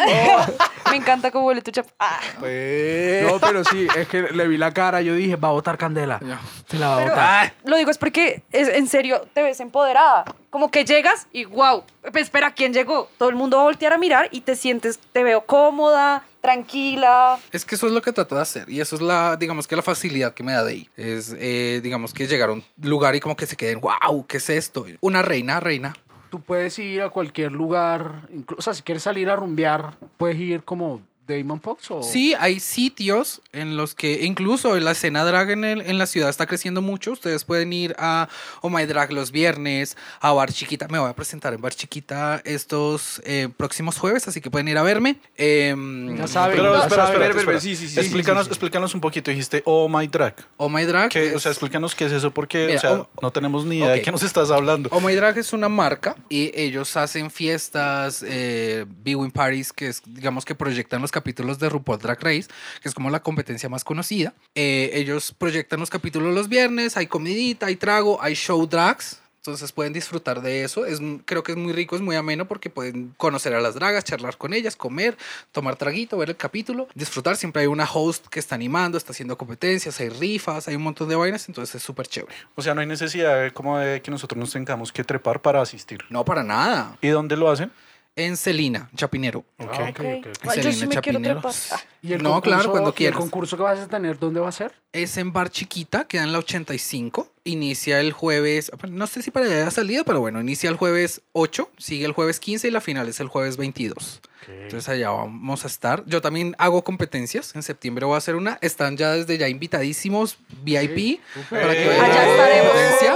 Speaker 5: Me encanta cómo huele tu chapa. Ah,
Speaker 3: No, pero sí, es que le vi la cara, yo dije, va a botar candela.
Speaker 4: No.
Speaker 3: Se la va a
Speaker 5: Pero
Speaker 1: Ah.
Speaker 3: botar.
Speaker 5: lo digo es porque, es, en serio, te ves empoderada. Como que llegas y wow, espera, ¿quién llegó? Todo el mundo va a voltear a mirar y te sientes, te veo cómoda, tranquila.
Speaker 4: Es que eso es lo que trato de hacer y eso es la, digamos que la facilidad que me da de ahí. Es, eh, digamos que llegar a un lugar y como que se queden, wow, ¿qué es esto? Una reina, reina.
Speaker 3: ah, Tú puedes ir a cualquier lugar, inclu- o sea, si quieres salir a rumbear, puedes ir como Damon Fox o...
Speaker 4: Sí, hay sitios en los que incluso la escena drag en, el- en la ciudad está creciendo mucho. Ustedes pueden ir a Oh My Drag los viernes, a Bar Chiquita. Me voy a presentar en Bar Chiquita estos eh, próximos jueves, así que pueden ir a verme. Em,
Speaker 3: Ya saben.
Speaker 2: Pero
Speaker 3: ya
Speaker 2: espera,
Speaker 3: saben.
Speaker 2: espera, espera.
Speaker 1: Sí, sí, sí, sí,
Speaker 2: Explícanos,
Speaker 1: sí, sí.
Speaker 2: explícanos un poquito, dijiste, oh my drag.
Speaker 4: Oh My Drag.
Speaker 2: ¿Qué- o
Speaker 4: es-
Speaker 2: sea, explícanos qué es eso porque
Speaker 4: Mira,
Speaker 2: o sea,
Speaker 4: oh-
Speaker 2: no tenemos ni idea de
Speaker 4: ok.
Speaker 2: qué nos estás hablando.
Speaker 4: Oh My Drag es una marca y ellos hacen fiestas, eh, viewing parties, que es, digamos que proyectan los capítulos de RuPaul Drag Race, que es como la competencia más conocida. Eh, ellos proyectan los capítulos los viernes, hay comidita, hay trago, hay show drags. Entonces pueden disfrutar de eso. Es, m- creo que es muy rico, es muy ameno porque pueden conocer a las dragas, charlar con ellas, comer, tomar traguito, ver el capítulo, disfrutar. Siempre hay una host que está animando, está haciendo competencias, hay rifas, hay un montón de vainas. Entonces es súper chévere.
Speaker 2: O sea, no hay necesidad de, como de que nosotros nos tengamos que trepar para asistir.
Speaker 4: No, para nada.
Speaker 2: ¿Y dónde lo hacen?
Speaker 4: En Celina, Chapinero.
Speaker 5: Ah, ok.
Speaker 2: ok, ok.
Speaker 5: Ay, yo sí
Speaker 4: Selena
Speaker 5: me quiero
Speaker 4: Chapinero.
Speaker 5: trepar. Ah,
Speaker 3: ¿Y el
Speaker 4: No,
Speaker 3: concurso-
Speaker 4: claro, cuando
Speaker 3: y
Speaker 4: quieras.
Speaker 3: ¿El concurso que vas a tener, dónde va a ser?
Speaker 4: Es en Bar Chiquita, queda en la 85. Inicia el jueves, no sé si para allá ha salido, pero bueno, inicia el jueves 8, sigue el jueves 15 y la final es el jueves 22. Entonces allá vamos a estar. Yo también hago competencias. En septiembre voy a hacer una. Están ya desde ya invitadísimos, VIP, para que vayan a
Speaker 5: Allá
Speaker 4: la
Speaker 5: estaremos.
Speaker 4: competencia.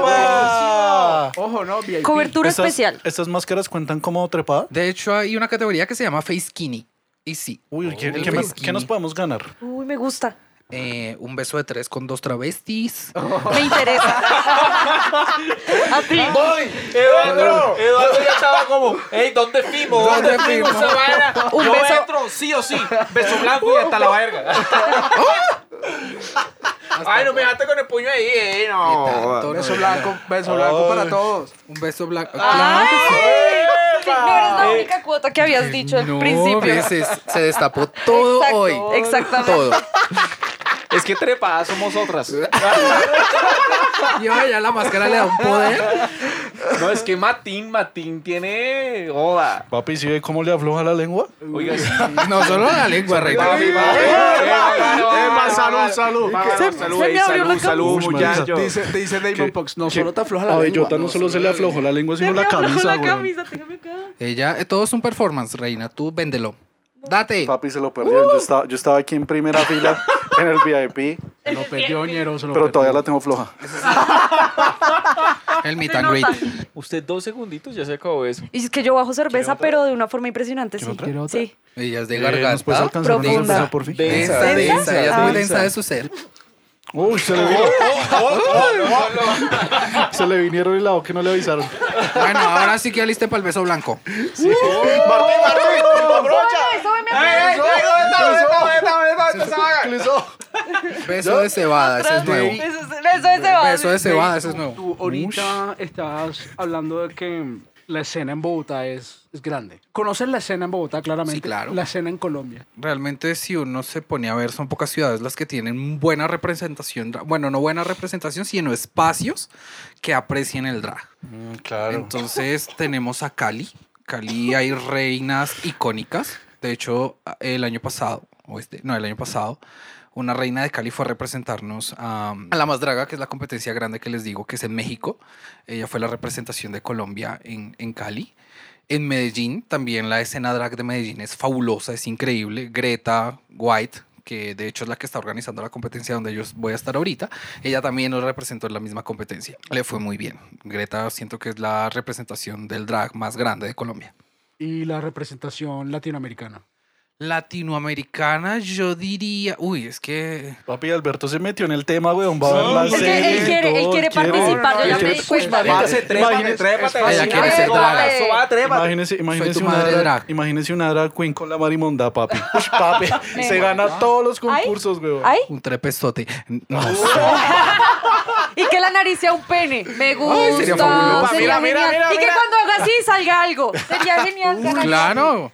Speaker 3: Ojo, no, VIP.
Speaker 5: Cobertura
Speaker 2: Estas-
Speaker 5: especial.
Speaker 2: ¿Estas Oh, máscaras cuentan como trepada?
Speaker 4: De hecho, hay una categoría que se llama Face Skinny. Y sí,
Speaker 2: Uy, ¿qué,
Speaker 4: Oh.
Speaker 2: qué me-
Speaker 4: Whisky.
Speaker 2: qué nos podemos ganar?
Speaker 5: Uy, me gusta.
Speaker 4: eh, un beso de tres con dos travestis.
Speaker 5: Me interesa. A ti.
Speaker 7: ¡Voy! ¡Eduardo! Eduardo ya estaba como, ¡Ey, ¿dónde firmo?
Speaker 4: ¿Dónde
Speaker 7: ¿Dónde firmo
Speaker 4: firmo?
Speaker 7: esa vaina?
Speaker 5: Un
Speaker 7: Yo
Speaker 5: beso.
Speaker 7: entro, sí o sí. Beso blanco y hasta la verga. Ay, no me dejaste con el puño ahí, eh, no.
Speaker 4: Ni tanto, no
Speaker 6: Beso
Speaker 4: era-
Speaker 6: blanco, beso blanco para todos.
Speaker 4: Un beso blanco. Claro
Speaker 5: Ay,
Speaker 4: que sí.
Speaker 5: No eres la única cuota que habías dicho al
Speaker 4: No,
Speaker 5: principio.
Speaker 4: ves, es- se destapó todo
Speaker 5: Exacto,
Speaker 4: hoy.
Speaker 5: exactamente.
Speaker 4: Todo.
Speaker 1: Es que trepadas somos otras.
Speaker 4: Y ahora ya la máscara le da un poder.
Speaker 1: No, es que Matín, Matín tiene. Hola.
Speaker 2: Papi, ¿sí ve cómo le afloja la lengua?
Speaker 1: Oiga, sí.
Speaker 4: No solo la lengua, rey.
Speaker 6: Eh,
Speaker 1: más salud, salud. Salud,
Speaker 5: se me
Speaker 1: ey,
Speaker 5: abrió
Speaker 1: salud,
Speaker 5: la
Speaker 1: salud,
Speaker 2: cabeza.
Speaker 1: muchacho.
Speaker 6: Dice, te dice Damon Fox, no solo te afloja la
Speaker 2: A
Speaker 6: lengua.
Speaker 2: Bellota no solo se le aflojó la lengua,
Speaker 5: Se
Speaker 2: sino
Speaker 5: me
Speaker 2: la
Speaker 5: aflojó
Speaker 2: camisa,
Speaker 5: la
Speaker 2: güey.
Speaker 5: camisa, déjame acá.
Speaker 4: Ella, eh, todo es un performance, reina. Tú véndelo. Date.
Speaker 2: Papi se lo perdieron. Yo, estaba, yo estaba aquí en primera fila en el VIP,
Speaker 3: Lo perdió, ñero, se lo
Speaker 2: pero
Speaker 3: perdió.
Speaker 2: todavía la tengo floja.
Speaker 4: El meet
Speaker 5: Se
Speaker 4: and greet.
Speaker 5: nota.
Speaker 1: Usted dos segunditos ya se acabó eso.
Speaker 5: Y es que yo bajo cerveza, pero de una forma impresionante, sí.
Speaker 3: otra? ¿Quiere otra?
Speaker 5: Sí.
Speaker 4: Ella es de
Speaker 2: Eh, ¿Nos puedes
Speaker 4: garganta.
Speaker 2: alcanzar una
Speaker 5: profunda.
Speaker 2: cerveza, por fin?
Speaker 4: Densa,
Speaker 5: ¿Densa?
Speaker 4: densa. Ella es muy
Speaker 5: Ah.
Speaker 4: densa de su ser.
Speaker 2: Uy, se le, vino- se le vinieron el lado que no le avisaron.
Speaker 4: Bueno, ahora sí que aliste para el beso blanco.
Speaker 7: Martín, Martín, abrocha.
Speaker 5: Súbeme,
Speaker 7: ¡Ey, ey, ey! ¿Dónde está? ¿Dónde está? ¿Dónde está? ¿Dónde está? ¿Dónde está?
Speaker 4: Beso de cebada, ese es
Speaker 5: súbeme.
Speaker 4: nuevo.
Speaker 5: Eso es- eso es de
Speaker 4: Beso de
Speaker 5: base.
Speaker 4: cebada, ese es nuevo.
Speaker 3: Tú ahorita estás hablando de que la escena en Bogotá es, es grande. ¿Conoces la escena en Bogotá claramente?
Speaker 4: Sí, claro.
Speaker 3: La escena en Colombia.
Speaker 4: Realmente, si uno se pone a ver, son pocas ciudades las que tienen buena representación. dra- Bueno, no buena representación, sino espacios que aprecien el drag.
Speaker 2: Mm, claro.
Speaker 4: Entonces tenemos a Cali. Cali hay reinas icónicas. De hecho, a- el año pasado, o este, no, el año pasado, una reina de Cali fue a representarnos a, a la más draga, que es la competencia grande que les digo, que es en México. Ella fue la representación de Colombia en, en Cali. En Medellín, también la escena drag de Medellín es fabulosa, es increíble. Greta White, que de hecho es la que está organizando la competencia donde yo voy a estar ahorita, ella también nos representó en la misma competencia. Le fue muy bien. Greta siento que es la representación del drag más grande de Colombia.
Speaker 3: Y la representación latinoamericana.
Speaker 4: Latinoamericana, yo diría... Uy, es que...
Speaker 2: Papi, Alberto se metió en el tema, weón. Va a ver la
Speaker 5: Es que
Speaker 2: serie
Speaker 5: él
Speaker 2: y
Speaker 5: quiere- él
Speaker 2: todo,
Speaker 5: quiere participar, yo ya me di cuenta.
Speaker 2: Uy, marica,
Speaker 7: Parce, trépate,
Speaker 2: imagínese-
Speaker 7: trépate.
Speaker 4: Ella
Speaker 7: sí,
Speaker 4: quiere ser
Speaker 7: eso va,
Speaker 4: drag.
Speaker 7: Eso va, trépate.
Speaker 2: Imagínese, imagínese,
Speaker 4: tu
Speaker 2: una
Speaker 4: madre
Speaker 2: drag,
Speaker 4: drag.
Speaker 2: imagínese una drag queen con la marimonda, papi. Ush, papi, se gana todos los concursos, weón.
Speaker 5: ¿Ay?
Speaker 4: Un trepestote. No,
Speaker 5: Y que la nariz sea un pene. Me gusta.
Speaker 4: sería fabuloso.
Speaker 7: Mira,
Speaker 5: sería
Speaker 7: mira,
Speaker 5: genial.
Speaker 7: mira,
Speaker 5: y que
Speaker 7: mira.
Speaker 5: cuando haga así salga algo. Sería genial. ganaría.
Speaker 4: claro.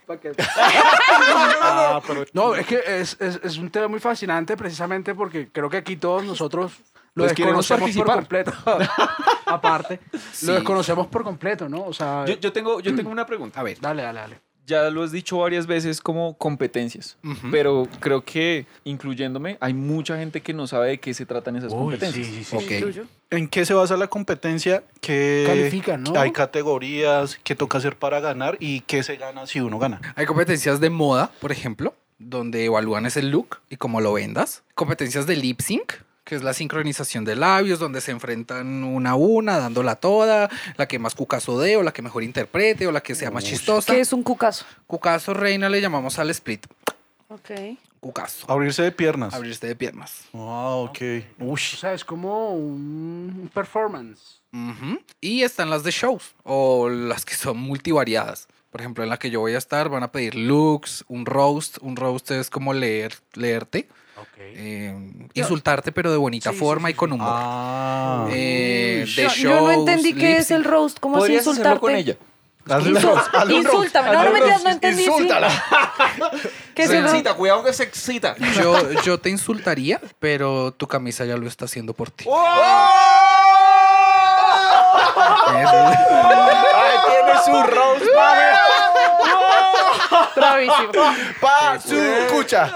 Speaker 3: No, es que es, es- es un tema muy fascinante precisamente porque creo que aquí todos nosotros Lo
Speaker 1: Pues queremos
Speaker 3: desconocemos por
Speaker 1: participar.
Speaker 3: completo. Aparte,
Speaker 4: Sí.
Speaker 3: lo desconocemos por completo, ¿no? O sea,
Speaker 1: Yo, yo tengo, yo tengo una pregunta.
Speaker 4: A ver.
Speaker 3: dale, dale, dale.
Speaker 1: Ya lo has dicho varias veces como competencias,
Speaker 4: Ujú.
Speaker 1: pero creo que, incluyéndome, hay mucha gente que no sabe de qué se tratan esas competencias.
Speaker 4: Ok.
Speaker 2: ¿En qué se basa la competencia? Que
Speaker 3: Califica, ¿no?
Speaker 2: Hay categorías, qué toca hacer para ganar y qué se gana si uno gana.
Speaker 4: Hay competencias de moda, por ejemplo, donde evalúan ese look y cómo lo vendas. Competencias de lip sync, que es la sincronización de labios, donde se enfrentan una a una, dándola toda, la que más cucazo dé o la que mejor interprete o la que sea más chistosa.
Speaker 5: Que es un cucazo.
Speaker 4: Cucazo reina le llamamos al split.
Speaker 5: Ok.
Speaker 4: Cucazo.
Speaker 2: Abrirse de piernas.
Speaker 4: Abrirse de piernas.
Speaker 2: Ah, ok. Uy.
Speaker 3: O sea, es como un performance.
Speaker 4: Ujú. Y están las de shows o las que son multivariadas. Por ejemplo, en la que yo voy a estar van a pedir looks, un roast. Un roast es como leer, leerte, eh, insultarte pero de bonita
Speaker 3: Sí, sí,
Speaker 4: forma
Speaker 3: sí,
Speaker 4: y con humor.
Speaker 2: Ah.
Speaker 4: Eh, de
Speaker 5: Yo, yo no
Speaker 4: shows,
Speaker 5: entendí qué es
Speaker 4: lip-sync.
Speaker 5: el roast, cómo así
Speaker 1: ¿Podrías hacerlo
Speaker 5: insultarte.
Speaker 1: con ella?
Speaker 2: Hazle un roast,
Speaker 5: Insulta,
Speaker 2: hazle un roast,
Speaker 5: insúltame. No,
Speaker 2: hazle
Speaker 5: no
Speaker 2: un
Speaker 5: me
Speaker 2: roast.
Speaker 5: no entendí. sí. ¿Qué es
Speaker 4: Se
Speaker 5: el roast?
Speaker 7: excita, cuidado que se excita.
Speaker 4: Yo, yo te insultaría, pero tu camisa ya lo está haciendo por ti.
Speaker 7: Ahí tiene su roast,
Speaker 5: Bravísimo.
Speaker 7: pa, su cucha.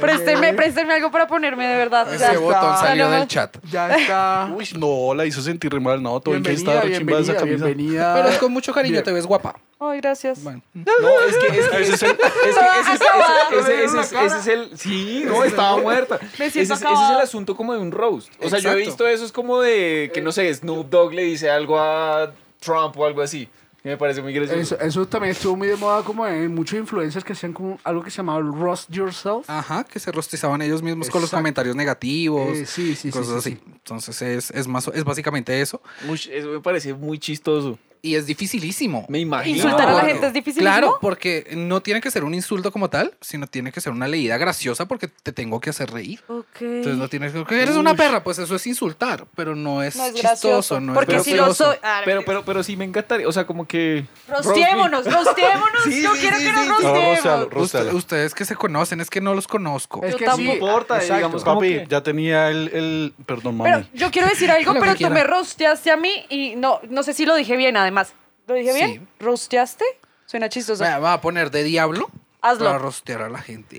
Speaker 5: Préstenme, préstenme algo para ponerme de verdad.
Speaker 4: Ese botón
Speaker 5: Ya
Speaker 4: salió
Speaker 5: no me-
Speaker 4: del chat.
Speaker 3: Ya está.
Speaker 2: Uy, no, la hizo sentir re mal. No, todo el que
Speaker 3: bienvenida,
Speaker 2: está re chimba esa
Speaker 3: bienvenida,
Speaker 2: camisa.
Speaker 3: bienvenida.
Speaker 4: Pero con mucho cariño
Speaker 3: Bien.
Speaker 4: te ves guapa.
Speaker 5: Ay, gracias.
Speaker 4: Bueno.
Speaker 1: No, es que es que- es que- es que-
Speaker 5: Ah,
Speaker 1: ese es- ese- ese- ese es- ese es el. Sí, no, estaba muerta.
Speaker 5: Me
Speaker 1: Ese es, ese
Speaker 5: siento
Speaker 1: es el
Speaker 5: acabada.
Speaker 1: asunto como de un roast. O sea, yo he
Speaker 4: Exacto.
Speaker 1: visto eso, es como de que no sé, Snoop Dogg le dice algo a Trump o algo así. que Me parece muy gracioso.
Speaker 3: Eso, eso también estuvo muy de moda como en muchos influencers que hacían como algo que se llamaba el roast yourself.
Speaker 4: Ajá, que se rostizaban ellos mismos con los
Speaker 3: Exacto.
Speaker 4: comentarios negativos.
Speaker 3: Eh, sí, sí, sí,
Speaker 4: cosas
Speaker 3: sí,
Speaker 4: así. Entonces es, es, más, es básicamente eso.
Speaker 1: Uy, eso me parece muy chistoso.
Speaker 4: Y es dificilísimo.
Speaker 1: Me imagino.
Speaker 5: Insultar a la
Speaker 4: Porque-
Speaker 5: gente es dificilísimo.
Speaker 4: Claro, porque no tiene que ser un insulto como tal, sino tiene que ser una leída graciosa porque te tengo que hacer reír.
Speaker 5: Ok.
Speaker 4: Entonces no tienes que... que Eres una perra, pues eso es insultar, pero no es,
Speaker 5: No es
Speaker 4: chistoso,
Speaker 5: gracioso.
Speaker 4: no
Speaker 5: porque
Speaker 4: es
Speaker 5: si lo
Speaker 4: gracioso.
Speaker 5: soy. Ah,
Speaker 1: Pero, pero, pero sí me encantaría. O sea, como que.
Speaker 5: Rosteémonos, rosteémonos.
Speaker 7: Sí,
Speaker 5: yo
Speaker 7: sí,
Speaker 5: quiero
Speaker 7: sí,
Speaker 5: que nos
Speaker 7: sí, sí.
Speaker 2: No,
Speaker 5: rosteemos.
Speaker 2: Rosal,
Speaker 4: Usted-
Speaker 2: Rosal.
Speaker 4: ustedes que se conocen, es que no los conozco.
Speaker 3: Es
Speaker 5: Yo
Speaker 3: que
Speaker 5: tampoco.
Speaker 3: sí,
Speaker 1: Importa,
Speaker 3: exacto.
Speaker 1: digamos, como-
Speaker 2: Papi,
Speaker 1: que?
Speaker 2: ya tenía el, el- Perdón, mami.
Speaker 5: Pero yo quiero decir algo,
Speaker 4: Lo que
Speaker 5: pero tú
Speaker 4: quiera.
Speaker 5: me rosteaste a mí y no, no sé si lo dije bien, además. ¿Lo dije bien? ¿Rosteaste? Suena chistoso.
Speaker 4: Me va a poner de diablo
Speaker 5: Hazlo. ¿eh?
Speaker 4: para rostear a la gente.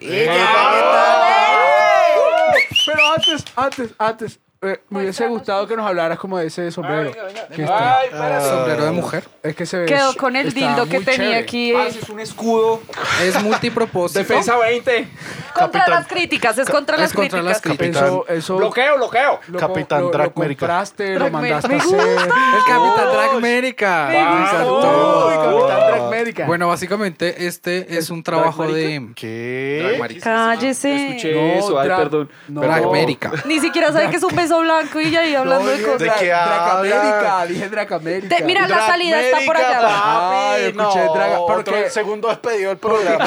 Speaker 3: Pero antes, antes, antes, eh, me hubiese gustado que nos hablaras como de ese sombrero. que está-
Speaker 1: Ah.
Speaker 4: Sombrero de mujer.
Speaker 3: es que se ve.
Speaker 5: Quedó con el
Speaker 3: Pues, está
Speaker 5: dildo que
Speaker 3: muy
Speaker 5: tenía
Speaker 3: chévere.
Speaker 5: aquí. eh,
Speaker 7: Es un escudo.
Speaker 4: Es multipropósito.
Speaker 7: Defensa 20.
Speaker 5: contra las críticas, es contra
Speaker 4: Es
Speaker 5: las
Speaker 4: contra
Speaker 5: críticas.
Speaker 4: las críticas.
Speaker 3: Eso, eso.
Speaker 7: Bloqueo, bloqueo.
Speaker 3: lo co-
Speaker 2: Capitán
Speaker 3: lo-
Speaker 2: Drag
Speaker 3: Lo
Speaker 2: América.
Speaker 3: compraste, lo
Speaker 5: Drag
Speaker 3: mandaste a
Speaker 5: América. ¡Me
Speaker 3: hacer.
Speaker 4: El Capitán Drag América.
Speaker 3: Uy, Capitán Drag América.
Speaker 4: Bueno, básicamente este es un trabajo de
Speaker 2: ¿Qué?
Speaker 4: Drag Marica.
Speaker 5: Cállese.
Speaker 1: Escuché eso, ay,
Speaker 3: drag-
Speaker 1: perdón.
Speaker 3: no.
Speaker 4: Drag América.
Speaker 5: Ni siquiera sabe que es un beso blanco y ya ahí hablando de
Speaker 2: ¿de
Speaker 5: cosas.
Speaker 2: qué habla?
Speaker 3: Dracamérica, dije Dracamérica.
Speaker 5: Te- mira, la salida está por allá.
Speaker 3: Ah,
Speaker 2: Ay,
Speaker 3: escuché
Speaker 2: no,
Speaker 3: Draga-
Speaker 2: otro-
Speaker 3: porque-
Speaker 2: segundo despedido del programa.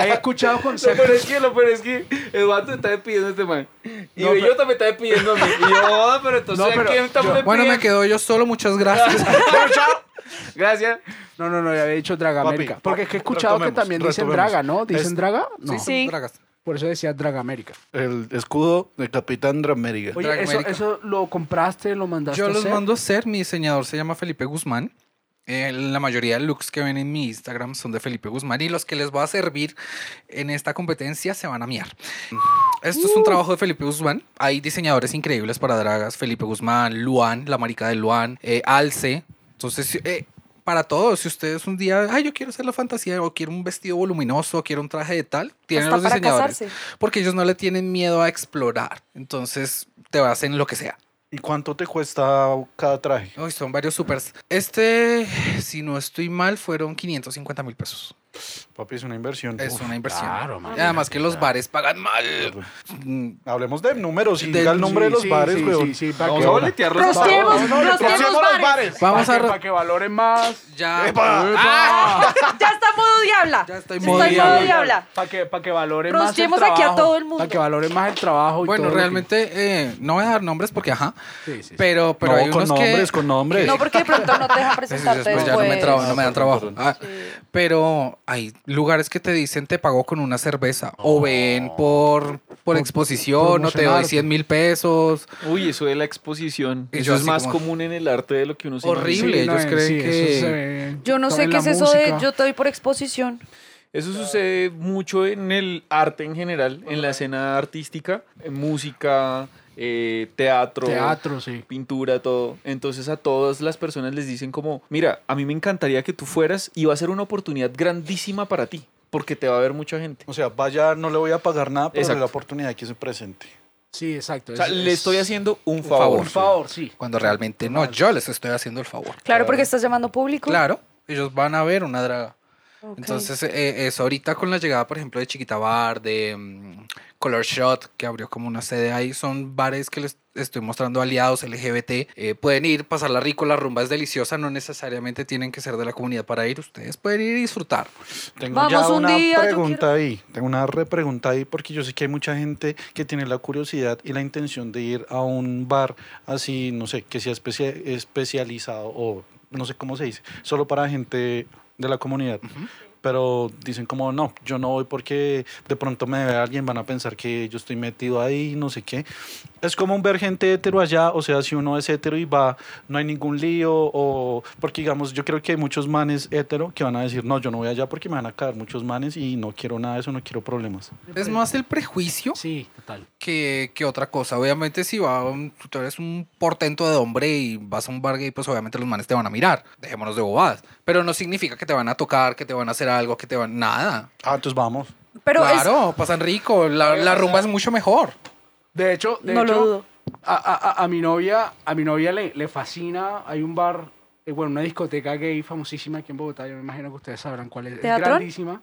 Speaker 3: He escuchado
Speaker 1: Lo peor
Speaker 3: conceptos.
Speaker 1: es que, lo peor es que Eduardo está despidiendo a este man. Y
Speaker 3: No,
Speaker 1: yo
Speaker 3: pero-
Speaker 1: también está despidiendo a mí. Y yo, "Ah, pero entonces,
Speaker 3: No, pero
Speaker 1: ¿a quién estamos
Speaker 3: yo-
Speaker 4: Bueno, me
Speaker 1: despidiendo?"
Speaker 4: quedo yo solo, muchas gracias.
Speaker 1: Gracias.
Speaker 3: No, no, no, ya había dicho Dragamérica.
Speaker 2: Papi,
Speaker 3: Porque es que he escuchado que
Speaker 2: retomemos,
Speaker 3: también dicen
Speaker 2: retomemos.
Speaker 3: Draga, ¿no?
Speaker 2: Es-
Speaker 3: ¿Dicen Draga? No.
Speaker 5: Sí.
Speaker 4: Dragas.
Speaker 3: Por eso decía Dragamérica.
Speaker 2: El escudo de Capitán Dramérica.
Speaker 3: Oye, eso,
Speaker 4: Dragmérica.
Speaker 3: eso lo compraste, lo mandaste
Speaker 4: Yo
Speaker 3: a
Speaker 4: los
Speaker 3: hacer.
Speaker 4: mando a hacer. Mi diseñador se llama Felipe Guzmán. Eh, la mayoría de looks que ven en mi Instagram son de Felipe Guzmán y los que les va a servir en esta competencia se van a miar. Esto
Speaker 5: Uh.
Speaker 4: es un trabajo de Felipe Guzmán. Hay diseñadores increíbles para dragas. Felipe Guzmán, Luan, la marica de Luan, eh, Alce. Entonces, eh, para todos, si ustedes un día, ay, yo quiero hacer la fantasía o quiero un vestido voluminoso, o quiero un traje de tal, tienen
Speaker 5: Hasta
Speaker 4: los
Speaker 5: para
Speaker 4: diseñadores.
Speaker 5: casarse.
Speaker 4: Porque ellos no le tienen miedo a explorar. Entonces, te hacen lo que sea.
Speaker 2: ¿Y cuánto te cuesta cada traje?
Speaker 4: Uy, son varios supers. Este, si no estoy mal, fueron 550 mil pesos.
Speaker 2: Papi, es una inversión.
Speaker 4: Es
Speaker 2: Uf, pues,
Speaker 4: una inversión.
Speaker 3: claro,
Speaker 4: Y Además que los bares pagan mal. Mm,
Speaker 2: Hablemos de números y
Speaker 4: Del-
Speaker 2: diga el nombre de los
Speaker 3: Sí,
Speaker 2: bares,
Speaker 3: sí,
Speaker 2: weón.
Speaker 3: sí, sí, para
Speaker 1: Vamos
Speaker 3: que-
Speaker 1: a boletear los
Speaker 5: Rosteemos,
Speaker 1: pavos.
Speaker 5: rosteemos bares.
Speaker 4: Vamos a... Ah,
Speaker 3: para que-
Speaker 4: ro-
Speaker 3: para que valoren más.
Speaker 4: Ya...
Speaker 5: Ya estamos modo diabla.
Speaker 4: Ya estoy
Speaker 5: Está
Speaker 4: modo
Speaker 5: en modo
Speaker 4: diabla.
Speaker 5: diabla.
Speaker 6: Para que, pa' que valore más el
Speaker 5: Pronunciemos aquí a
Speaker 6: trabajo.
Speaker 5: todo el mundo.
Speaker 3: Para que valore más el trabajo. Y
Speaker 4: Bueno,
Speaker 3: todo lo que-
Speaker 4: realmente eh, no voy a dar nombres porque, ajá.
Speaker 3: Sí, sí, sí.
Speaker 4: Pero, pero
Speaker 2: no,
Speaker 4: hay
Speaker 2: con
Speaker 4: unos
Speaker 2: nombres,
Speaker 4: que...
Speaker 2: con nombres.
Speaker 5: No, porque de pronto no te dejan presentarte
Speaker 4: Pues
Speaker 5: después.
Speaker 4: ya no me, traba- no me dan
Speaker 1: perdón, perdón.
Speaker 4: trabajo. Ah, Pero hay lugares que te dicen te pagó con una cerveza o ven por, por exposición, no te doy
Speaker 3: promocionarte.
Speaker 4: 100 mil pesos.
Speaker 1: Uy, eso de la exposición.
Speaker 4: Y
Speaker 1: Eso
Speaker 4: yo
Speaker 1: es
Speaker 4: así
Speaker 1: más
Speaker 4: como-
Speaker 1: común en el arte de lo que uno se
Speaker 4: Horrible.
Speaker 1: imagina.
Speaker 4: ellos
Speaker 3: eh,
Speaker 4: creen
Speaker 3: eso
Speaker 4: que-
Speaker 3: se ve-
Speaker 5: Yo no sé
Speaker 3: en
Speaker 5: qué
Speaker 3: la
Speaker 5: es eso de
Speaker 3: música.
Speaker 5: yo te doy por exposición.
Speaker 1: Eso sucede mucho en el arte en general, en la escena artística, en música, eh, teatro,
Speaker 3: Teatro, sí.
Speaker 1: pintura, todo. Entonces a todas las personas les dicen como, mira, a mí me encantaría que tú fueras y va a ser una oportunidad grandísima para ti, porque te va a ver mucha gente.
Speaker 2: O sea, vaya, no le voy a pagar nada, pero
Speaker 1: Exacto.
Speaker 2: la oportunidad que se presente.
Speaker 3: Sí, exacto.
Speaker 1: O sea,
Speaker 3: es-
Speaker 1: le
Speaker 3: es-
Speaker 1: estoy haciendo un
Speaker 4: favor.
Speaker 1: favor.
Speaker 3: Por favor, sí.
Speaker 4: Cuando realmente no, yo les estoy haciendo el favor.
Speaker 5: Claro, porque estás llamando público.
Speaker 4: Claro, ellos van a ver una draga.
Speaker 5: Ok.
Speaker 4: Entonces, eh, eso ahorita con la llegada, por ejemplo, de Chiquita Bar, de mm, Color Shot, que abrió como una sede ahí, son bares que les estoy mostrando aliados LGBT. Eh, pueden ir, pasarla rico, la rumba es deliciosa, no necesariamente tienen que ser de la comunidad para ir, ustedes pueden ir y disfrutar.
Speaker 2: Tengo
Speaker 5: Vamos
Speaker 2: ya
Speaker 5: un
Speaker 2: una
Speaker 5: día, yo quiero-
Speaker 2: pregunta ahí, tengo una repregunta ahí porque yo sé que hay mucha gente que tiene la curiosidad y la intención de ir a un bar así, no sé, que sea especia- especializado o no sé cómo se dice, solo para gente de la comunidad. Pero dicen como, no, yo no voy porque de pronto me ve alguien, van a pensar que yo estoy metido ahí, no sé qué. Es como ver gente hetero allá, o sea, si uno es hetero y va, no hay ningún lío, o porque digamos, yo creo que hay muchos manes hetero que van a decir, no, yo no voy allá porque me van a caer muchos manes y no quiero nada de eso, no quiero problemas.
Speaker 4: Es más el prejuicio
Speaker 3: Sí, total.
Speaker 4: que, que otra cosa. Obviamente, si va un, tú eres un portento de hombre y vas a un bar gay, pues obviamente los manes te van a mirar. Dejémonos de bobadas. Pero no significa que te van a tocar, que te van a hacer algo, que te van. Nada.
Speaker 2: Ah, entonces vamos.
Speaker 5: Pero es-
Speaker 4: claro, pasan rico. La, la rumba es mucho mejor.
Speaker 3: De hecho, de
Speaker 5: No lo
Speaker 3: hecho,
Speaker 5: dudo.
Speaker 3: A, a- a- a mi novia, a mi novia le, le fascina. Hay un bar, eh, bueno, una discoteca gay famosísima aquí en Bogotá. Yo me imagino que ustedes sabrán cuál es. Es
Speaker 5: ¿Teatrón?
Speaker 3: grandísima.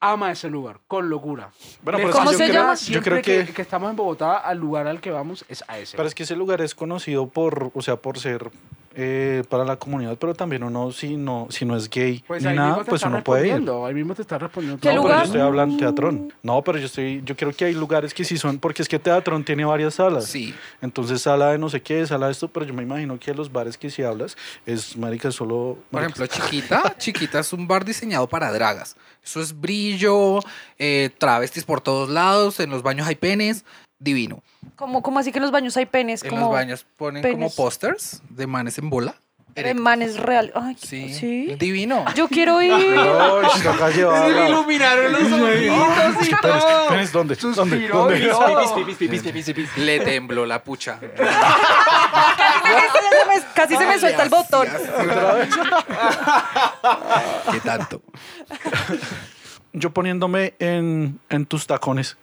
Speaker 3: Ama ese lugar, con locura.
Speaker 2: Bueno,
Speaker 3: Le
Speaker 2: pero es que
Speaker 5: ¿Cómo
Speaker 3: fascina.
Speaker 5: se llama?
Speaker 2: Yo creo
Speaker 3: Siempre
Speaker 2: que-
Speaker 3: que... estamos en Bogotá, al lugar al que vamos es a ese.
Speaker 2: Pero es que ese lugar es conocido por, o sea, por ser eh, para la comunidad, pero también uno, si no, si no es gay
Speaker 3: pues
Speaker 2: ni
Speaker 3: ahí
Speaker 2: nada,
Speaker 3: mismo te
Speaker 2: pues
Speaker 3: está
Speaker 2: uno puede ir.
Speaker 3: respondiendo, Ahí mismo te está respondiendo.
Speaker 5: ¿Qué
Speaker 3: todo.
Speaker 2: No, pero
Speaker 5: lugar?
Speaker 2: yo estoy hablando de teatrón. No, pero yo estoy, yo creo que hay lugares que sí son, porque es que teatrón tiene varias salas.
Speaker 4: Sí.
Speaker 2: Entonces sala de no sé qué, sala de esto, pero yo me imagino que los bares que si hablas es marica solo.
Speaker 4: Por ejemplo, Chiquita, Chiquita es un bar diseñado para dragas. Eso es brillo, eh, travestis por todos lados, en los baños hay penes, divino.
Speaker 5: como, como así que en los baños hay penes.
Speaker 4: En
Speaker 5: como
Speaker 4: los baños ponen como
Speaker 5: penes.
Speaker 4: pósters de manes en bola.
Speaker 5: de manes real. Ay,
Speaker 4: Sí.
Speaker 5: sí.
Speaker 4: Divino.
Speaker 5: Yo quiero ir.
Speaker 2: Uy, toca llevarla.
Speaker 4: iluminaron los ojitos y
Speaker 2: Tienes- ¿Dónde? ¿Dónde?
Speaker 6: Suspiró
Speaker 2: ¿Dónde?
Speaker 6: y no.
Speaker 4: Le tembló la pucha.
Speaker 5: Se me- Casi se me suelta el botón.
Speaker 4: ¿Qué tanto?
Speaker 2: Yo poniéndome en, en tus tacones.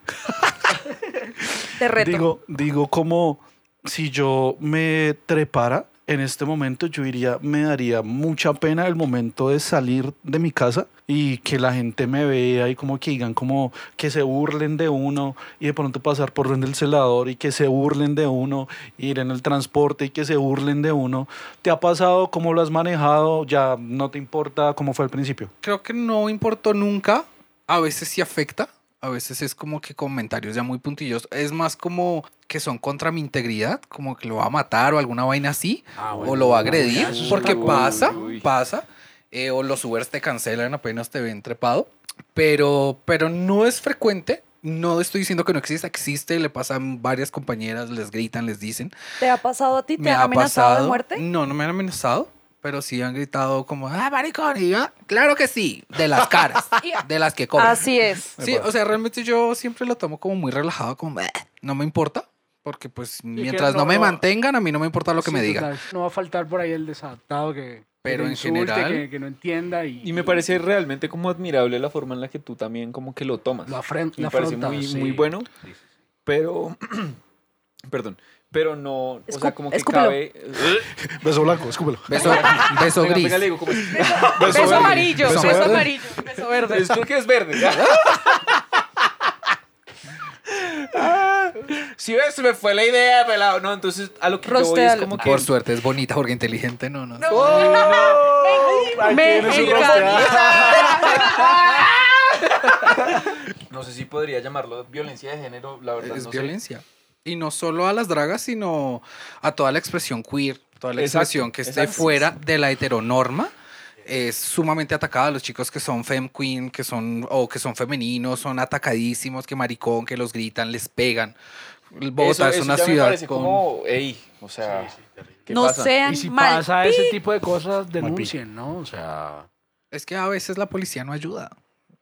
Speaker 5: Te reto.
Speaker 2: Digo, digo como si yo me trepara en este momento, yo diría, me daría mucha pena el momento de salir de mi casa y que la gente me vea y como que digan como que se burlen de uno y de pronto pasar por donde el celador y que se burlen de uno, ir en el transporte y que se burlen de uno. ¿Te ha pasado? ¿Cómo lo has manejado? Ya no te importa cómo fue al principio.
Speaker 4: Creo que no importó nunca. A veces sí afecta. A veces es como que comentarios ya muy puntillos. Es más como que son contra mi integridad, como que lo va a matar o alguna vaina así,
Speaker 3: Ah,
Speaker 4: o
Speaker 3: bueno,
Speaker 4: lo va a
Speaker 3: bueno,
Speaker 4: agredir,
Speaker 3: ya, eso es
Speaker 4: porque
Speaker 1: una-
Speaker 4: pasa,
Speaker 1: Uy.
Speaker 4: pasa. eh, o los Ubers te cancelan apenas te ven trepado. Pero, pero no es frecuente. No estoy diciendo que no exista, existe, le pasan varias compañeras, les gritan, les dicen.
Speaker 5: ¿Te ha pasado a ti? ¿Te
Speaker 4: me
Speaker 5: han
Speaker 4: ha
Speaker 5: amenazado
Speaker 4: pasado.
Speaker 5: de muerte?
Speaker 4: No, no me han amenazado, pero sí han gritado como, ah, maricón, y yo, "Ah, claro que sí, de las caras, de las que cobran.
Speaker 5: Así es.
Speaker 4: Sí, o sea, realmente yo siempre lo tomo como muy relajado, como, "Bah, no me importa, porque pues mientras no,
Speaker 3: no-
Speaker 4: me
Speaker 3: no-
Speaker 4: mantengan, a mí no me importa lo que
Speaker 3: Sí,
Speaker 4: me digan.
Speaker 3: total. No va a faltar por ahí el desadaptado que,
Speaker 4: Pero
Speaker 3: que te
Speaker 4: en
Speaker 3: insulte,
Speaker 4: general-
Speaker 3: que, que no entienda. Y,
Speaker 1: Y me parece realmente como admirable la forma en la que tú también como que lo tomas.
Speaker 3: Lo afren-
Speaker 1: Me
Speaker 3: lo
Speaker 1: parece
Speaker 3: afrontas,
Speaker 1: muy,
Speaker 3: sí.
Speaker 1: muy bueno, pero... perdón. Pero no, o sea,
Speaker 5: Escup-
Speaker 1: como que
Speaker 5: escúpelo.
Speaker 1: cabe...
Speaker 2: Beso blanco, escúpelo.
Speaker 4: Beso, beso
Speaker 1: Venga,
Speaker 4: gris.
Speaker 1: venga, le digo, ¿cómo es?
Speaker 5: Beso,
Speaker 2: verde.
Speaker 5: amarillo,
Speaker 4: Beso
Speaker 5: beso,
Speaker 4: verde.
Speaker 5: amarillo, beso verde.
Speaker 1: Es- creo que es verde. si ves, se me fue la idea, pelado. No, entonces a lo que yo voy es
Speaker 5: Rostealo.
Speaker 1: como que. ¡Oh!
Speaker 4: Por suerte es bonita porque inteligente no, no.
Speaker 5: No.
Speaker 3: Oh,
Speaker 7: Ahí
Speaker 5: Me
Speaker 7: tiene su
Speaker 5: encanta.
Speaker 1: No sé si podría llamarlo violencia de género, la verdad.
Speaker 4: es
Speaker 1: no sé.
Speaker 4: violencia. Y no solo a las dragas, sino a toda la expresión queer, toda la
Speaker 1: Exacto,
Speaker 4: expresión que esté
Speaker 1: exacto.
Speaker 4: fuera de la heteronorma. Es sumamente atacada a los chicos que son fem queen, que son, o que son femeninos, son atacadísimos, que maricón, que los gritan, les pegan.
Speaker 1: Eso-
Speaker 4: Bogotá es
Speaker 1: eso
Speaker 4: una
Speaker 1: ya me
Speaker 4: ciudad
Speaker 1: parece
Speaker 4: con...
Speaker 1: como, ey, o sea, ¿qué
Speaker 5: No
Speaker 1: pasa?
Speaker 5: sean
Speaker 3: Y si
Speaker 5: mal.
Speaker 3: pasa ese tipo de cosas, denuncien, ¿no? O sea,
Speaker 4: Es que a veces la policía no ayuda.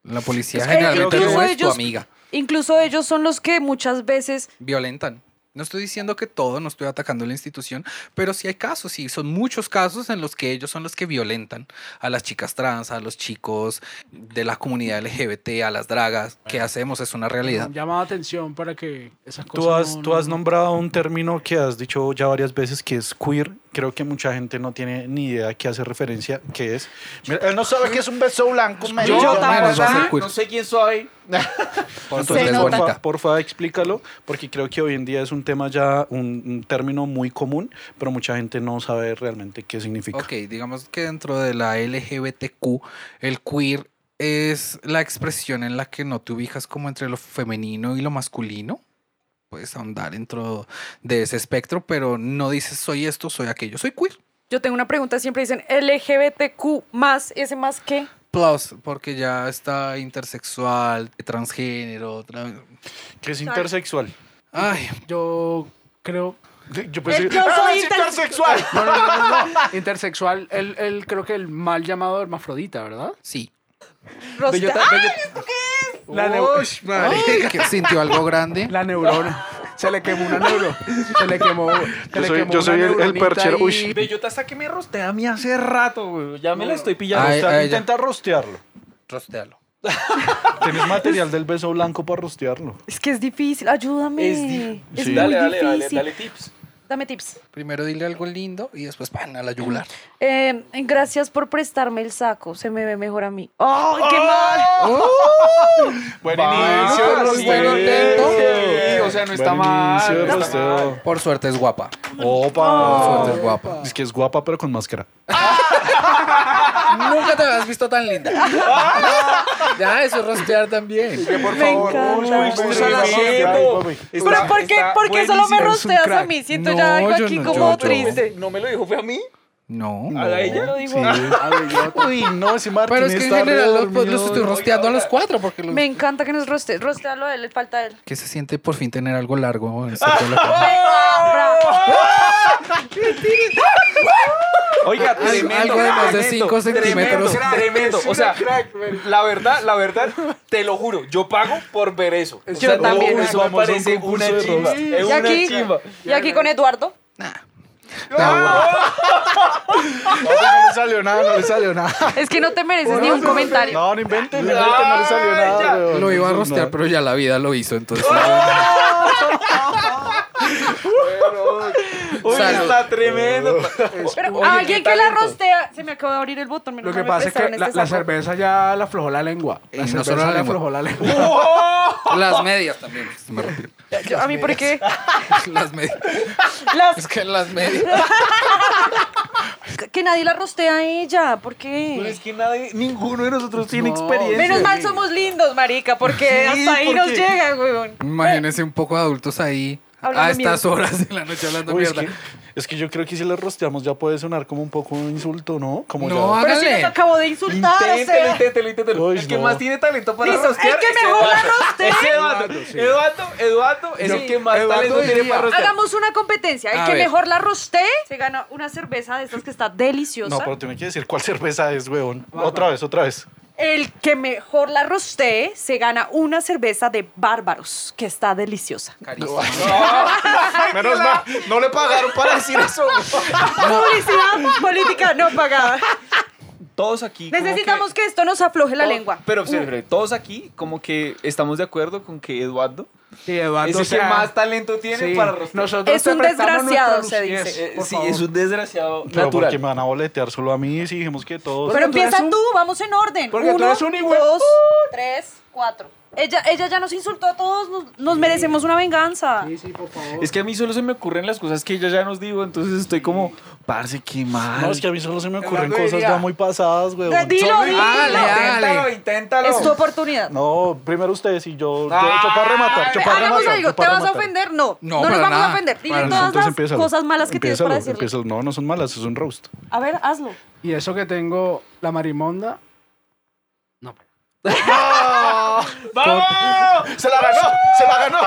Speaker 4: La policía
Speaker 5: Es que
Speaker 4: generalmente
Speaker 5: incluso
Speaker 4: no es tu
Speaker 5: ellos-
Speaker 4: amiga.
Speaker 5: Incluso ellos son los que muchas veces
Speaker 4: violentan. No estoy diciendo que todo, no estoy atacando la institución, pero sí hay casos, sí, son muchos casos en los que ellos son los que violentan a las chicas trans, a los chicos de la comunidad LGBT, a las dragas. ¿Qué hacemos? Es una realidad.
Speaker 3: llamaba atención para que esas cosas.
Speaker 2: Tú has,
Speaker 3: no-
Speaker 2: tú
Speaker 3: no-
Speaker 2: has nombrado un término que has dicho ya varias veces que es queer. Creo que mucha gente no tiene ni idea a qué hace referencia, qué es. Mira, él no sabe qué es un beso blanco. marica.
Speaker 1: Yo,
Speaker 4: Yo
Speaker 1: la
Speaker 4: tampoco.
Speaker 1: verdad,
Speaker 4: Soy queer.
Speaker 1: no sé quién soy.
Speaker 4: Por
Speaker 2: Entonces,
Speaker 4: suerte es
Speaker 2: porfa,
Speaker 4: bonita.
Speaker 2: porfa, explícalo, porque creo que hoy en día es un tema ya, un, un término muy común, pero mucha gente no sabe realmente qué significa.
Speaker 4: Ok, digamos que dentro de la LGBTQ, el queer es la expresión en la que no te ubicas como entre lo femenino y lo masculino. Puedes ahondar dentro de ese espectro, pero no dices soy esto, soy aquello, soy queer.
Speaker 5: Yo tengo una pregunta, siempre dicen LGBTQ más, ese más qué.
Speaker 4: Plus, porque ya está intersexual, transgénero. tra-
Speaker 2: ¿Qué es intersexual?
Speaker 4: Ay,
Speaker 3: Yo creo.
Speaker 2: Yo
Speaker 5: Eh, yo soy inter-
Speaker 3: No, no, no, no, no. Intersexual, él, él creo que el mal llamado hermafrodita, ¿verdad?
Speaker 4: sí.
Speaker 5: Rosta-
Speaker 3: La, neu-
Speaker 4: Ay, que sintió algo grande.
Speaker 3: la neurona. Se le quemó una neuro. Se le quemó. se
Speaker 2: Yo
Speaker 3: le
Speaker 2: soy-
Speaker 3: quemó
Speaker 2: yo
Speaker 3: una
Speaker 2: soy el- el
Speaker 3: neuronita
Speaker 2: perchero.
Speaker 3: ahí.
Speaker 2: Ush.
Speaker 1: Bellota hasta que me rostea a mí hace rato, güey. Ya me la estoy pillando.
Speaker 4: Ay, ay, ya.
Speaker 2: Intenta rostearlo.
Speaker 4: Rostealo.
Speaker 2: Tienes material del beso blanco para rostearlo.
Speaker 5: Es que es difícil, ayúdame. Es,
Speaker 1: Es di-
Speaker 2: sí.
Speaker 5: muy
Speaker 1: dale, dale, dale,
Speaker 5: difícil.
Speaker 1: dale tips.
Speaker 5: Dame tips.
Speaker 4: Primero dile algo lindo y después pan a la yugular.
Speaker 5: Eh, gracias por prestarme el saco, se me ve mejor a mí. ¡Ay, qué mal!
Speaker 2: Buen
Speaker 1: inicio,
Speaker 4: Rosteo.
Speaker 1: Sí, o sea, no está mal. no está mal.
Speaker 4: Por suerte es guapa. Por
Speaker 2: Opa.
Speaker 4: suerte es guapa.
Speaker 2: Es que es guapa, pero con máscara.
Speaker 4: Nunca te habías visto tan linda. ya, eso es rostear también.
Speaker 5: me encanta.
Speaker 1: Uy, uy, tremendo.
Speaker 5: Pero ¿por qué,
Speaker 1: está
Speaker 5: por qué solo me
Speaker 1: buenísimo.
Speaker 5: rosteas a mí? Siento ya
Speaker 4: No,
Speaker 5: algo
Speaker 4: yo
Speaker 5: aquí
Speaker 4: no,
Speaker 5: como
Speaker 4: yo- yo-
Speaker 5: triste.
Speaker 1: No me lo dijo, fue a mí.
Speaker 4: No.
Speaker 1: A la ella lo
Speaker 5: dijo.
Speaker 2: Uy, no, ese Martín
Speaker 4: Pero es que en
Speaker 2: está
Speaker 4: general los,
Speaker 2: redormido.
Speaker 4: los estoy rosteando a los cuatro porque los...
Speaker 5: Me encanta que nos roste. Rostealo a él, le falta a él.
Speaker 4: ¿Qué se siente por fin tener algo largo? en el cerco de la cama?
Speaker 5: Ah, Bravo.
Speaker 1: Oiga,
Speaker 4: Algo- algo de más de cinco centímetros.
Speaker 1: Tremendo, tremendo. O sea, la verdad, la verdad, te lo juro, yo pago por ver eso. O sea,
Speaker 5: también.
Speaker 1: no, Eso me
Speaker 2: Vamos a un
Speaker 1: parece
Speaker 2: concurso
Speaker 1: una
Speaker 2: de
Speaker 1: chimba.
Speaker 2: ropa.
Speaker 1: Es
Speaker 5: Y
Speaker 1: una
Speaker 5: aquí,
Speaker 1: chimba.
Speaker 5: y aquí con Eduardo.
Speaker 2: No le salió nada, no le salió nada.
Speaker 5: Es que no te mereces ni un comentario.
Speaker 2: No, no
Speaker 1: Ah,
Speaker 2: inventen, no, inventen, no le salió nada. weón.
Speaker 4: Lo iba a
Speaker 2: No,
Speaker 4: rostear,
Speaker 2: no.
Speaker 4: pero ya la vida lo hizo, entonces...
Speaker 1: Uy,
Speaker 4: Salud.
Speaker 1: está tremendo.
Speaker 5: Pero
Speaker 1: Oye,
Speaker 5: alguien
Speaker 1: qué
Speaker 5: que la
Speaker 1: talento.
Speaker 5: rostea. Se me acaba de abrir el botón. menos
Speaker 3: Lo
Speaker 5: mal
Speaker 3: que
Speaker 5: me
Speaker 3: pasa es que
Speaker 5: prestaron
Speaker 3: la,
Speaker 5: este
Speaker 3: la
Speaker 5: saco.
Speaker 3: cerveza ya la aflojó la lengua. La
Speaker 4: Y no
Speaker 3: cerveza
Speaker 4: solo la
Speaker 3: le
Speaker 4: lengua.
Speaker 3: aflojó la lengua.
Speaker 4: Las medias también. se me rompió.
Speaker 5: Yo- a mí, ¿por qué?
Speaker 4: Las medias.
Speaker 5: Las-
Speaker 4: Es que las medias.
Speaker 5: que nadie la rostea a ella. ¿Por
Speaker 1: Pero es
Speaker 5: qué?
Speaker 1: que nadie, ninguno de nosotros tiene
Speaker 3: No.
Speaker 1: experiencia.
Speaker 5: Menos mal somos lindos, marica, porque hasta ahí nos llega, weón.
Speaker 4: Imagínense un poco de adultos ahí a
Speaker 5: Hablando
Speaker 4: estas
Speaker 5: mierda.
Speaker 4: horas de la noche hablando
Speaker 2: Uy, es,
Speaker 4: mierda.
Speaker 2: que, es que yo creo que si le rosteamos ya puede sonar como un poco un insulto, ¿no? Como
Speaker 4: No,
Speaker 2: ya-
Speaker 5: Pero si nos
Speaker 4: háganle.
Speaker 5: acabo de insultar, o
Speaker 1: Inténtelo,
Speaker 5: sea.
Speaker 1: inténtelo, inténtelo.
Speaker 2: Uy,
Speaker 1: el que
Speaker 2: no.
Speaker 1: más tiene talento para
Speaker 5: Listo, el
Speaker 1: rostear
Speaker 5: que
Speaker 1: es
Speaker 5: mejor la
Speaker 1: Eduardo.
Speaker 5: rostea.
Speaker 1: Es Eduardo. Eduardo, Eduardo es el que más
Speaker 3: Eduardo
Speaker 1: talento tiene
Speaker 3: diría.
Speaker 1: para rostear.
Speaker 5: Hagamos una competencia. El
Speaker 4: A
Speaker 5: que
Speaker 4: ver.
Speaker 5: mejor la rostee se gana una cerveza de estas que está deliciosa.
Speaker 2: No, pero tiene que decir cuál cerveza es, weón. Otra vez, otra vez.
Speaker 5: El que mejor la rostee se gana una cerveza de bárbaros, que está deliciosa.
Speaker 2: Menos mal, no le pagaron para decir eso.
Speaker 5: Publicidad política no pagada.
Speaker 1: Todos aquí. como
Speaker 5: Necesitamos que esto nos afloje la
Speaker 1: to-
Speaker 5: lengua.
Speaker 1: Pero, siempre, todos aquí, como que estamos de acuerdo con que Eduardo
Speaker 3: Sí, Eduardo,
Speaker 1: es el
Speaker 3: o sea,
Speaker 1: que más talento tiene
Speaker 3: sí.
Speaker 1: para rostear.
Speaker 3: Nosotros
Speaker 5: Es
Speaker 3: te
Speaker 5: un
Speaker 3: prestamos
Speaker 5: desgraciado,
Speaker 3: nuestra
Speaker 5: se
Speaker 3: lucidez,
Speaker 5: dice.
Speaker 1: Eh,
Speaker 3: por
Speaker 1: sí,
Speaker 3: favor.
Speaker 1: es un desgraciado
Speaker 2: Pero
Speaker 1: natural.
Speaker 2: porque me van a boletear solo a mí si dijimos que todos.
Speaker 5: Pero
Speaker 3: tú eres
Speaker 5: empieza
Speaker 3: un-
Speaker 5: tú, vamos en orden.
Speaker 3: Porque tú
Speaker 5: Uno,
Speaker 3: eres un hijo de-
Speaker 5: dos, tres, Cuatro. Ella, ella ya nos insultó a todos, nos, nos merecemos una venganza.
Speaker 3: Sí, sí, por favor.
Speaker 1: Es que a mí solo se me ocurren las cosas que ella ya nos dijo, entonces estoy como, parce, qué mal.
Speaker 2: No, es que a mí solo se me ocurren
Speaker 7: Eduardo
Speaker 2: cosas
Speaker 7: diría-
Speaker 2: ya muy pasadas, güey.
Speaker 5: Eh, Dilo, dilo.
Speaker 1: Ah,
Speaker 7: Inténtalo, inténtalo.
Speaker 5: Es tu oportunidad.
Speaker 2: No, primero ustedes y yo. Yo, yo para rematar, yo
Speaker 5: Ve,
Speaker 2: para
Speaker 5: Ah, Hagamos
Speaker 2: rematar.
Speaker 5: algo,
Speaker 2: yo
Speaker 5: ¿te
Speaker 2: para
Speaker 5: vas a
Speaker 2: rematar. Ah,
Speaker 5: ofender? No,
Speaker 4: No,
Speaker 5: no, nos
Speaker 4: para
Speaker 5: vamos a
Speaker 4: nada.
Speaker 5: ofender.
Speaker 4: Para
Speaker 5: Dile
Speaker 4: nada.
Speaker 5: todas
Speaker 2: Entonces
Speaker 5: las
Speaker 2: empieza.
Speaker 5: cosas malas que tienes para
Speaker 2: Empiézalo,
Speaker 5: decirle.
Speaker 2: empiézalo. No, no son malas, es un roast.
Speaker 5: A ver, hazlo.
Speaker 3: Y eso que tengo la marimonda. No, pues. pero-
Speaker 2: ¡Se la ganó! ¡Se la ganó!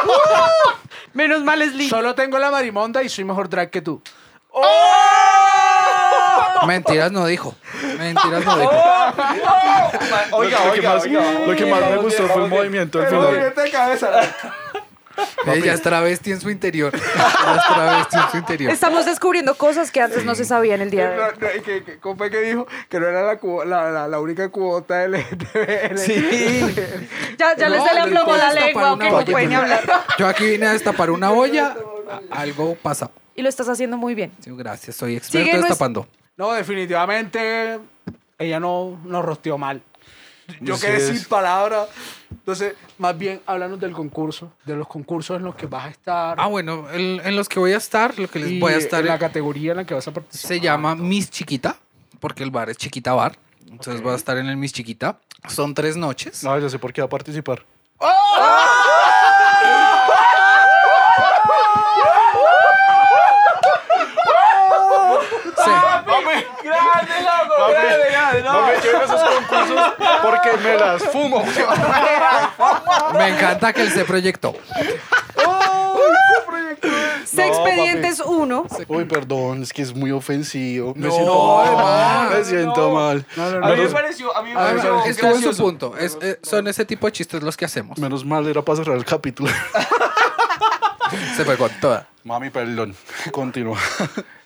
Speaker 5: Menos mal es
Speaker 3: Solo tengo la marimonda y soy mejor drag que tú.
Speaker 4: Mentiras no dijo. Mentiras no dijo.
Speaker 2: Oiga, lo, que
Speaker 7: oiga,
Speaker 2: más,
Speaker 7: oiga.
Speaker 2: lo que más me gustó fue el movimiento al final.
Speaker 7: de cabeza.
Speaker 4: Ella es travesti en su interior. Ella es travesti en su interior.
Speaker 5: Estamos descubriendo cosas que antes no se sabían el día de hoy.
Speaker 7: No, no, que, que, ¿Cómo fue que dijo que no era la, cubo- la, la, la única cuota LGTB? Sí.
Speaker 5: Ya, ya les
Speaker 4: No,
Speaker 5: se le
Speaker 4: no
Speaker 5: aplomó
Speaker 4: puedes
Speaker 5: la
Speaker 4: tapar
Speaker 5: lengua,
Speaker 4: una
Speaker 5: que no
Speaker 4: olla.
Speaker 5: pueden ni hablar.
Speaker 4: Yo aquí vine a destapar una olla. a- Algo pasa.
Speaker 5: Y lo estás haciendo muy bien.
Speaker 4: Sí, gracias, soy experto
Speaker 5: Sigue nues-
Speaker 4: destapando.
Speaker 3: No, definitivamente ella no nos rosteó mal.
Speaker 7: Yo
Speaker 2: Así
Speaker 7: quedé
Speaker 2: es.
Speaker 7: sin palabras.
Speaker 3: Entonces, más bien, háblanos del concurso, de los concursos en los que vas a estar.
Speaker 4: Ah, bueno, el- en los que voy a estar, lo que les
Speaker 3: y
Speaker 4: voy a estar
Speaker 3: en la categoría en la que vas a participar.
Speaker 4: se llama Miss Chiquita, porque el bar es Chiquita Bar. Entonces voy a estar en el Miss Chiquita. Son tres noches.
Speaker 2: No, yo Ah, sé por qué va a participar.
Speaker 4: Sí.
Speaker 7: ¡Grande, loco! ¡Grande, grande! No,
Speaker 2: me lleven esos concursos porque me las fumo.
Speaker 4: Me encanta que él se proyectó.
Speaker 5: Se expedientes uno.
Speaker 2: Uy, perdón, es que es muy ofensivo. Me
Speaker 4: No,
Speaker 2: siento mal.
Speaker 4: no,
Speaker 2: Me siento mal.
Speaker 7: a mí me pareció, a mí me
Speaker 4: A ver,
Speaker 7: pareció
Speaker 4: Ah, estuvo en su
Speaker 7: gracioso.
Speaker 4: punto. Es- eh, son ese tipo de chistes los que hacemos.
Speaker 2: Menos mal era para cerrar el capítulo.
Speaker 4: Se fue con toda.
Speaker 2: Mami, perdón. Continúa.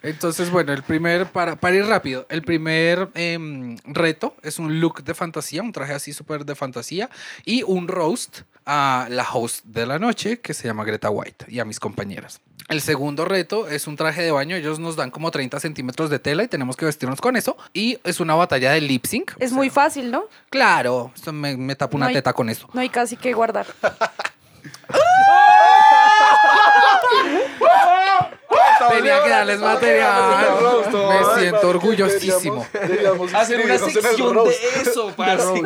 Speaker 4: Entonces, bueno, el primer, para, para ir rápido, el primer em, reto es un look de fantasía, un traje así súper de fantasía y un roast a la host de la noche que se llama Greta White y a mis compañeras. El segundo reto es un traje de baño, ellos nos dan como 30 centímetros de tela y tenemos que vestirnos con eso y es una batalla de lip sync.
Speaker 5: Es
Speaker 4: O
Speaker 5: muy
Speaker 4: sea,
Speaker 5: fácil, ¿no?
Speaker 4: Claro, esto me, me tapo una
Speaker 5: No hay-
Speaker 4: teta con eso.
Speaker 5: No hay casi que guardar.
Speaker 4: Tenía que darles material. Me siento orgullosísimo.
Speaker 1: Hacer una sección de eso, parce.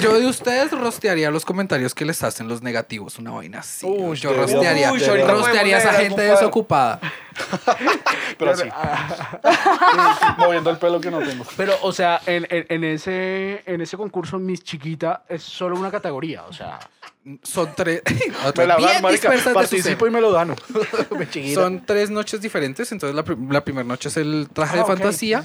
Speaker 4: Yo de ustedes rostearía los comentarios que les hacen los negativos, una vaina así.
Speaker 2: Uy,
Speaker 4: yo
Speaker 2: deberíamos-
Speaker 4: rostearía,
Speaker 2: Uy, ahorita
Speaker 4: rostearía a esa
Speaker 7: podemos
Speaker 4: gente
Speaker 7: llegar a
Speaker 4: desocupada.
Speaker 2: Pero así. Moviendo el pelo que no tengo.
Speaker 3: Pero, o sea, en, en- en ese, en ese concurso, Miss Chiquita es solo una categoría. O sea,
Speaker 4: Son tres.
Speaker 2: Me la
Speaker 4: bien
Speaker 2: dan, marica.
Speaker 4: dispersas de su
Speaker 2: Participo y me lo gano.
Speaker 4: ser. Son tres noches diferentes. Entonces, la, prim- la primera noche es el
Speaker 3: Ah,
Speaker 2: Ah,
Speaker 4: traje de fantasía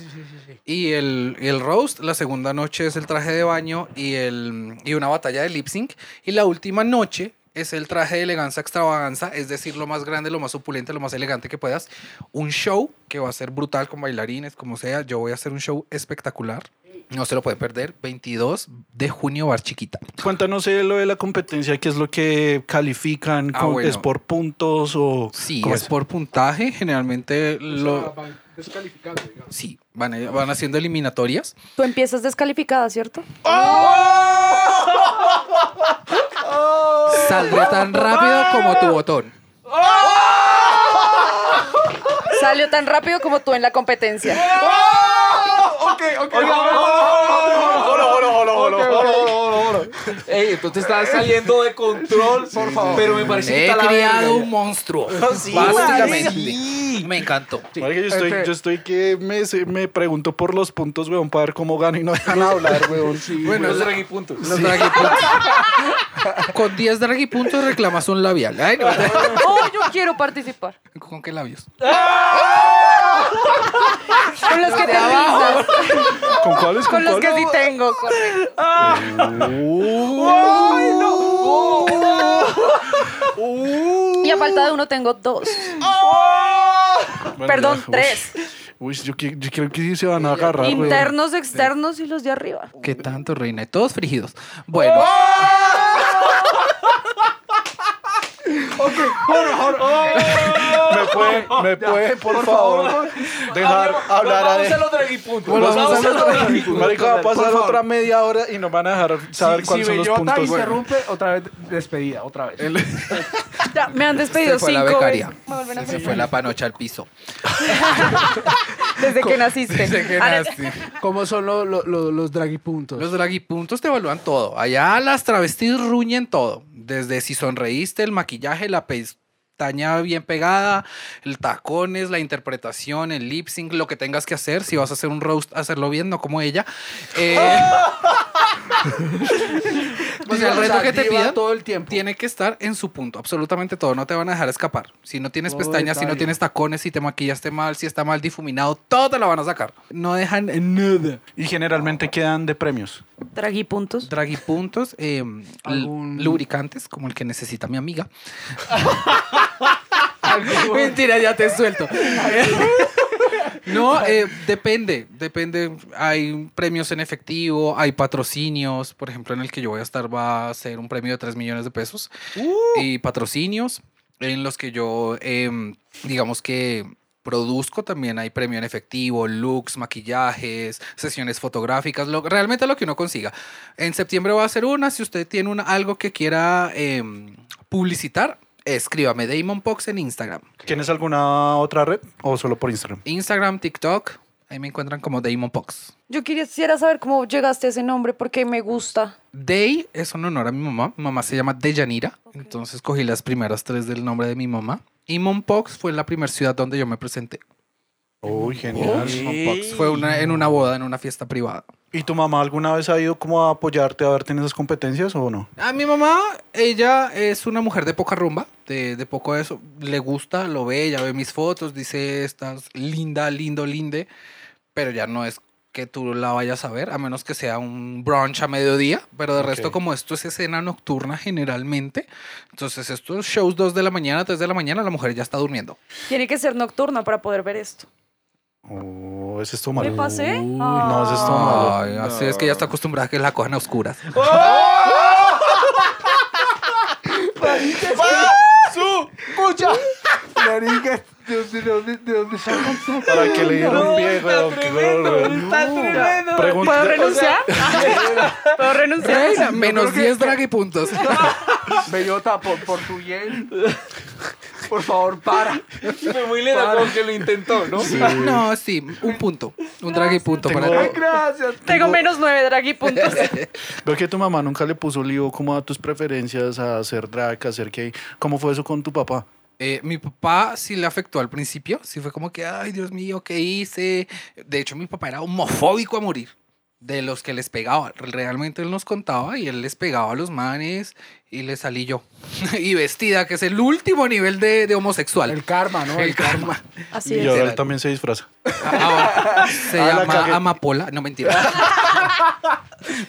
Speaker 4: y el, y el roast. La segunda noche es el traje de baño y, el, y una batalla de lip sync. Y la última noche. Es el traje de elegancia extravaganza, es decir, lo más grande, lo más opulente, lo más elegante que puedas. Un show que va a ser brutal con bailarines, como sea. Yo voy a hacer un show espectacular. No se lo pueden perder. 22 de junio, Bar Chiquita.
Speaker 2: Cuéntanos eh, lo de la competencia, qué es lo que califican,
Speaker 4: Ah,
Speaker 2: ¿Cómo-
Speaker 4: bueno.
Speaker 2: es por puntos o...
Speaker 4: Sí,
Speaker 2: ¿cómo
Speaker 4: es por puntaje. Generalmente
Speaker 3: Ah,
Speaker 4: lo.
Speaker 3: descalificado,
Speaker 4: Sí, van, van haciendo eliminatorias.
Speaker 5: Tú empiezas descalificada, ¿cierto?
Speaker 4: Saldré tan rápido como tu botón.
Speaker 5: Salió tan rápido como tú en la competencia.
Speaker 1: ¡oh! Ey, entonces estaba saliendo de control, por favor. Pero me parece que
Speaker 4: He
Speaker 1: está la verga
Speaker 4: criado
Speaker 1: ya.
Speaker 4: un monstruo.
Speaker 1: Sí,
Speaker 4: básicamente.
Speaker 1: sí.
Speaker 4: Me encantó.
Speaker 2: Marica, yo, estoy,
Speaker 3: Este-
Speaker 2: yo estoy que me, se- me pregunto por los puntos, weón, para ver cómo gano y no dejan hablar, weón.
Speaker 4: Bueno,
Speaker 1: Los
Speaker 4: la-
Speaker 1: draghi puntos.
Speaker 4: los draghi puntos. Con 10 draghi puntos reclamas un labial. Ay, no.
Speaker 5: Oh, yo quiero participar.
Speaker 4: ¿Con qué labios?
Speaker 5: Con los que te rindas.
Speaker 2: ¿Con cuáles?
Speaker 5: Con los que sí
Speaker 2: cuáles?
Speaker 5: tengo, correcto. Y a falta de uno tengo dos.
Speaker 2: ¡Oh! Bueno,
Speaker 5: Perdón,
Speaker 2: ya, uy.
Speaker 5: tres.
Speaker 2: Uy, yo, qui- yo creo que sí se van a agarrar, weón.
Speaker 5: Internos, externos y los de arriba.
Speaker 4: ¿Qué tanto, reina? Y todos frigidos. Bueno,
Speaker 1: Oh,
Speaker 2: Me puede, me puede, por, favor, dejar hablar a
Speaker 1: Volvamos a
Speaker 2: de...
Speaker 1: los dragipuntos.
Speaker 2: Bueno,
Speaker 1: Volvamos
Speaker 2: vamos a
Speaker 1: los
Speaker 2: los-
Speaker 1: dragipuntos.
Speaker 2: Marica, va a pasar
Speaker 7: favor.
Speaker 2: otra media hora y nos van a dejar saber
Speaker 7: Si-
Speaker 2: cuáles
Speaker 7: si
Speaker 2: son los
Speaker 7: Bellota
Speaker 2: puntos.
Speaker 7: interrumpe, otra vez despedida, otra vez.
Speaker 5: Ya, me han despedido
Speaker 4: Se fue la
Speaker 5: cinco
Speaker 4: becaria.
Speaker 5: veces. Me vuelven a
Speaker 4: Se fue la panocha al piso.
Speaker 5: Desde que naciste.
Speaker 4: Desde que
Speaker 5: Ah,
Speaker 4: nací.
Speaker 3: ¿Cómo son lo- lo- lo- los dragipuntos?
Speaker 4: Los dragipuntos te evalúan todo. Allá las travestis ruñen todo. Desde si sonreíste, el maquillaje, la pestaña bien pegada, el tacones, la interpretación, el lip sync, lo que tengas que hacer. Si vas a hacer un roast, hacerlo bien, no como ella. Eh, o sea, pues, el
Speaker 3: O sea,
Speaker 4: reto que te
Speaker 3: diva
Speaker 4: pidan
Speaker 3: todo el tiempo.
Speaker 4: tiene que estar en su punto. Absolutamente todo. No te van a dejar escapar. Si no tienes
Speaker 3: Todo
Speaker 4: pestañas, si no
Speaker 3: detalle.
Speaker 4: tienes tacones, si te maquillaste mal, si está mal difuminado, todo te lo van a sacar. No dejan nada.
Speaker 2: Y generalmente quedan de premios.
Speaker 5: Dragipuntos.
Speaker 4: Dragipuntos, eh,
Speaker 3: Algún-
Speaker 4: l- lubricantes, como el que necesita mi amiga. Mentira, ya te suelto. no, eh, depende, depende. Hay premios en efectivo, hay patrocinios. Por ejemplo, en el que yo voy a estar va a ser un premio de 3 millones de pesos. Y patrocinios en los que yo, em, digamos que produzco también hay premio en efectivo, looks, maquillajes, sesiones fotográficas, lo, realmente lo que uno consiga. En septiembre va a ser una, si usted tiene una- algo que quiera em, publicitar, escríbame Damon Pox en Instagram.
Speaker 2: ¿Tienes alguna otra red o solo por Instagram?
Speaker 4: Instagram, TikTok, ahí me encuentran como Damon Pox.
Speaker 5: Yo quisiera saber cómo llegaste a ese nombre porque me gusta.
Speaker 4: Day es un honor a mi mamá. Mi mamá se llama Deyanira. Entonces cogí las primeras tres del nombre de mi mamá. Y Monpox fue la primera ciudad donde yo me presenté.
Speaker 2: Uy, genial.
Speaker 4: Monpox fue una, en una boda, en una fiesta privada.
Speaker 2: ¿Y tu mamá alguna vez ha ido como a apoyarte a verte en esas competencias o no?
Speaker 4: A mi mamá, ella es una mujer de poca rumba, de, de poco eso. Le gusta, lo ve, ella ve mis fotos, dice estás linda, lindo, linde. Pero ya no es que tú la vayas a ver, a menos que sea un brunch a mediodía. Pero de resto,
Speaker 2: Ok.
Speaker 4: como esto es escena nocturna generalmente, entonces estos shows 2 de la mañana, 3 de la mañana, la mujer ya está durmiendo.
Speaker 5: Tiene que ser nocturna para poder ver esto.
Speaker 2: ¿O es esto malo?
Speaker 5: ¿Me pasé? Ah.
Speaker 2: Uy, no, ese es esto malo.
Speaker 4: Ay, así es que ya está acostumbrada a que la cojan a oscuras.
Speaker 7: Marica, ¿de dónde- de dónde- de dónde sacan esa-
Speaker 2: ¿Para que le dieron viejo? Pregunta-
Speaker 5: ¿Puedo renunciar? ¿Puedo renunciar?
Speaker 4: Reina, menos 10 drag y puntos.
Speaker 7: Bellota, por, por tu bien. Por favor, para.
Speaker 1: Fue muy lenta como que lo intentó, ¿no?
Speaker 4: No, sí, un punto. Un drag y punto para
Speaker 2: Tengo-
Speaker 4: ti.
Speaker 7: Ay, gracias.
Speaker 5: Tengo menos nueve drag y puntos.
Speaker 2: Veo que tu mamá nunca le puso lío como a tus preferencias, a hacer drag, a hacer gay. ¿Cómo fue eso con tu papá?
Speaker 4: Eh, mi papá sí le afectó al principio, sí fue como que, ay Dios mío, ¿qué hice? De hecho, mi papá era homofóbico a morir, de los que les pegaba. Realmente él nos contaba y él les pegaba a los manes y le salí yo. y vestida, que es el último nivel de, de homosexual.
Speaker 3: El karma, ¿no?
Speaker 4: El karma.
Speaker 5: Así
Speaker 2: Y
Speaker 5: es.
Speaker 2: ahora
Speaker 4: Literal.
Speaker 2: él también se disfraza.
Speaker 4: Ah, se
Speaker 2: Ah, la cagué.
Speaker 4: llama Amapola. No, mentira.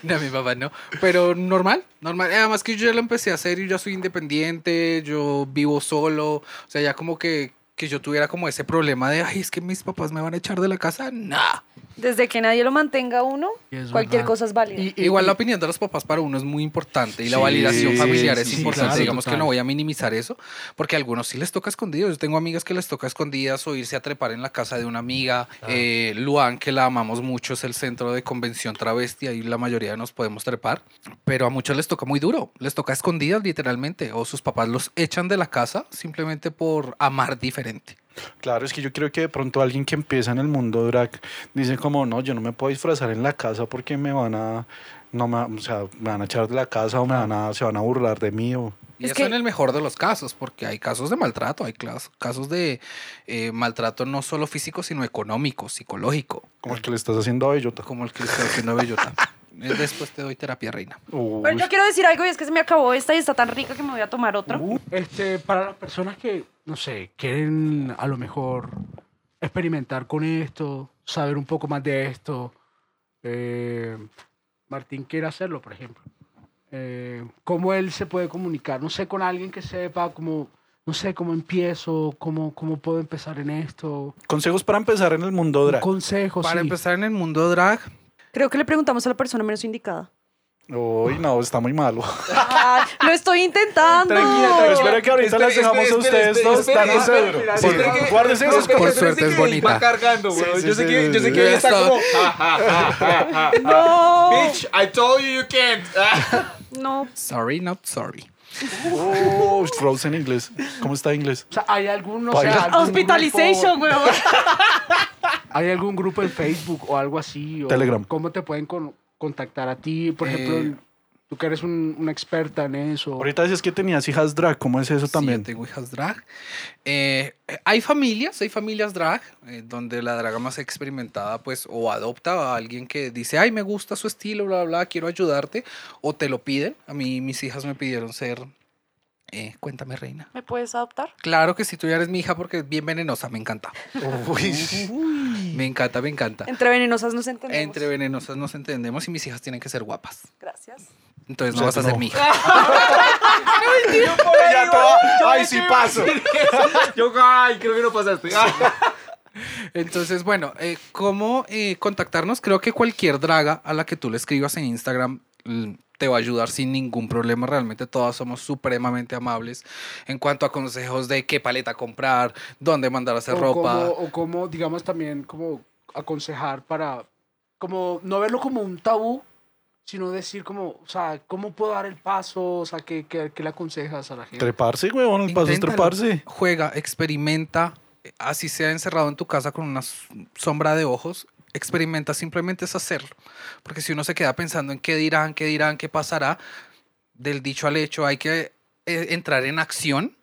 Speaker 4: no, mi papá no. Pero normal, normal. Además que yo ya lo empecé a hacer y yo ya soy independiente, yo vivo solo. O sea, ya como que, que yo tuviera como ese problema de, ay, es que mis papás me van a echar de la casa. Nah.
Speaker 5: Desde que nadie lo mantenga uno,
Speaker 3: Sí, es
Speaker 5: cualquier
Speaker 3: verdad.
Speaker 5: cosa es válida.
Speaker 4: Igual la opinión de los papás para uno es muy importante y la
Speaker 2: Sí,
Speaker 4: validación familiar
Speaker 2: sí,
Speaker 4: es
Speaker 2: sí,
Speaker 4: importante.
Speaker 2: claro,
Speaker 4: Digamos que
Speaker 2: total.
Speaker 4: no voy a minimizar eso, porque a algunos sí les toca escondidos. Yo tengo amigas que les toca escondidas o irse a trepar en la casa de una amiga. Eh, Luan, que la amamos mucho, es el centro de convención travesti, ahí la mayoría nos podemos trepar, pero a muchos les toca muy duro, les toca escondidas literalmente, o sus papás los echan de la casa simplemente por amar diferente.
Speaker 2: Claro, es que yo creo que de pronto alguien que empieza en el mundo drag dice como, no, yo no me puedo disfrazar en la casa porque me van a, no me, o sea, me van a echar de la casa o me van a, se van a burlar de mí. O...
Speaker 4: Y
Speaker 5: Es
Speaker 4: eso
Speaker 5: que-
Speaker 4: en el mejor de los casos, porque hay casos de maltrato, hay clas- casos de eh, maltrato no solo físico, sino económico, psicológico,
Speaker 2: Como el que le estás haciendo a Bellota.
Speaker 4: como el que le está haciendo a Bellota. Eh, Después te doy terapia, reina.
Speaker 5: Oh,
Speaker 2: Uy.
Speaker 5: Pero yo quiero decir algo y es que se me acabó esta y está tan rica que me voy a tomar otra.
Speaker 4: Uh.
Speaker 3: Este, para las personas que, no sé, quieren a lo mejor experimentar con esto, saber un poco más de esto. eh, Martín quiere hacerlo, por ejemplo. Eh, ¿Cómo él se puede comunicar? No sé, con alguien que sepa cómo, no sé, cómo empiezo, cómo, cómo puedo empezar en esto.
Speaker 2: Consejos para empezar en el mundo drag.
Speaker 3: Consejos.
Speaker 4: Para empezar en el mundo drag,
Speaker 5: Creo que le preguntamos a la persona menos indicada.
Speaker 2: Uy, no, está muy malo.
Speaker 5: Ay, lo estoy intentando.
Speaker 2: Pero espera que ahorita las dejamos a ustedes dos dándose duro. Sí, Guárdense esos
Speaker 4: Por suerte es bonita.
Speaker 1: Va cargando,
Speaker 2: Sí,
Speaker 1: weón.
Speaker 2: sí,
Speaker 1: Yo sé
Speaker 2: sí,
Speaker 1: que
Speaker 2: sí, Ah.
Speaker 1: yo sé
Speaker 2: sí.
Speaker 1: que ella está
Speaker 4: Eso.
Speaker 1: como. "Ja, ja, ja, ja, ja, ja".
Speaker 5: No,
Speaker 4: Ah,
Speaker 1: Bitch, I told you you can't.
Speaker 2: Ah.
Speaker 5: no.
Speaker 4: Sorry, not sorry.
Speaker 2: Oh, Frozen inglés. ¿Cómo está inglés?
Speaker 3: O sea, hay algún, no sé,
Speaker 2: Baila.
Speaker 3: algún
Speaker 5: Hospitalization, weón.
Speaker 3: grupo- hay algún grupo en Facebook o algo así. o
Speaker 2: Telegram.
Speaker 3: ¿Cómo te pueden con- contactar a ti? Por ejemplo,
Speaker 4: Eh,
Speaker 3: el- tú que eres un- una experta en eso.
Speaker 2: Ahorita decías que tenías hijas drag. ¿Cómo es eso
Speaker 4: también.
Speaker 2: también?
Speaker 4: drag. Eh, hay familias, hay familias drag, eh, donde la draga más experimentada, pues, o adopta a alguien que dice, ay, me gusta su estilo, bla, bla, bla, quiero ayudarte, o te lo piden. A mí, mis hijas me pidieron ser. eh, cuéntame, reina.
Speaker 5: ¿Me puedes adoptar?
Speaker 4: Claro que si tú ya eres mi hija, porque es bien venenosa, me encanta. Me encanta, me encanta.
Speaker 5: Entre venenosas nos entendemos.
Speaker 4: Entre venenosas nos entendemos y mis hijas tienen que ser guapas.
Speaker 5: Gracias.
Speaker 4: Entonces no
Speaker 2: O sea,
Speaker 4: vas a
Speaker 2: no.
Speaker 4: ser mi hija.
Speaker 1: Ya toda. Ay, sí paso. Yo, ay, creo que no pasaste.
Speaker 4: Entonces, bueno, eh, ¿cómo eh, contactarnos? Creo que cualquier draga a la que tú le escribas en Instagram mm, te va a ayudar sin ningún problema. Realmente todas somos supremamente amables en cuanto a consejos de qué paleta comprar, dónde mandar a hacer
Speaker 3: o
Speaker 4: ropa.
Speaker 3: Como, o como, digamos, también como aconsejar para, como no verlo como un tabú, sino decir como, o sea, ¿cómo puedo dar el paso? O sea, ¿qué, qué- qué le aconsejas a la gente?
Speaker 2: Treparse, huevón. El paso es
Speaker 4: Inténtalo.
Speaker 2: treparse.
Speaker 4: Juega, experimenta, eh, así sea encerrado en tu casa con una s- sombra de ojos, experimenta, simplemente es hacerlo. Porque si uno se queda pensando en qué dirán, qué dirán, qué pasará, del dicho al hecho hay que eh, entrar en acción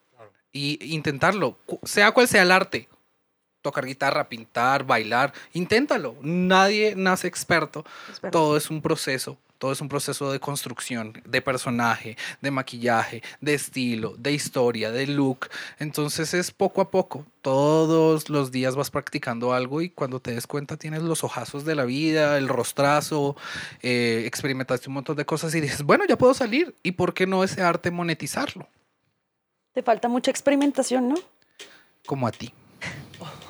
Speaker 4: y intentarlo, cu- sea cual sea el arte. Tocar guitarra, pintar, bailar, inténtalo. Nadie nace experto.
Speaker 5: Es verdad.
Speaker 4: Todo es un proceso, todo es un proceso de construcción, de personaje, de maquillaje, de estilo, de historia, de look. Entonces es poco a poco. Todos los días vas practicando algo y cuando te des cuenta tienes los ojazos de la vida, el rostrazo, eh, experimentaste un montón de cosas y dices, bueno, ya puedo salir. ¿Y por qué no ese arte monetizarlo?
Speaker 5: Te falta mucha experimentación, ¿no?
Speaker 4: Como a ti.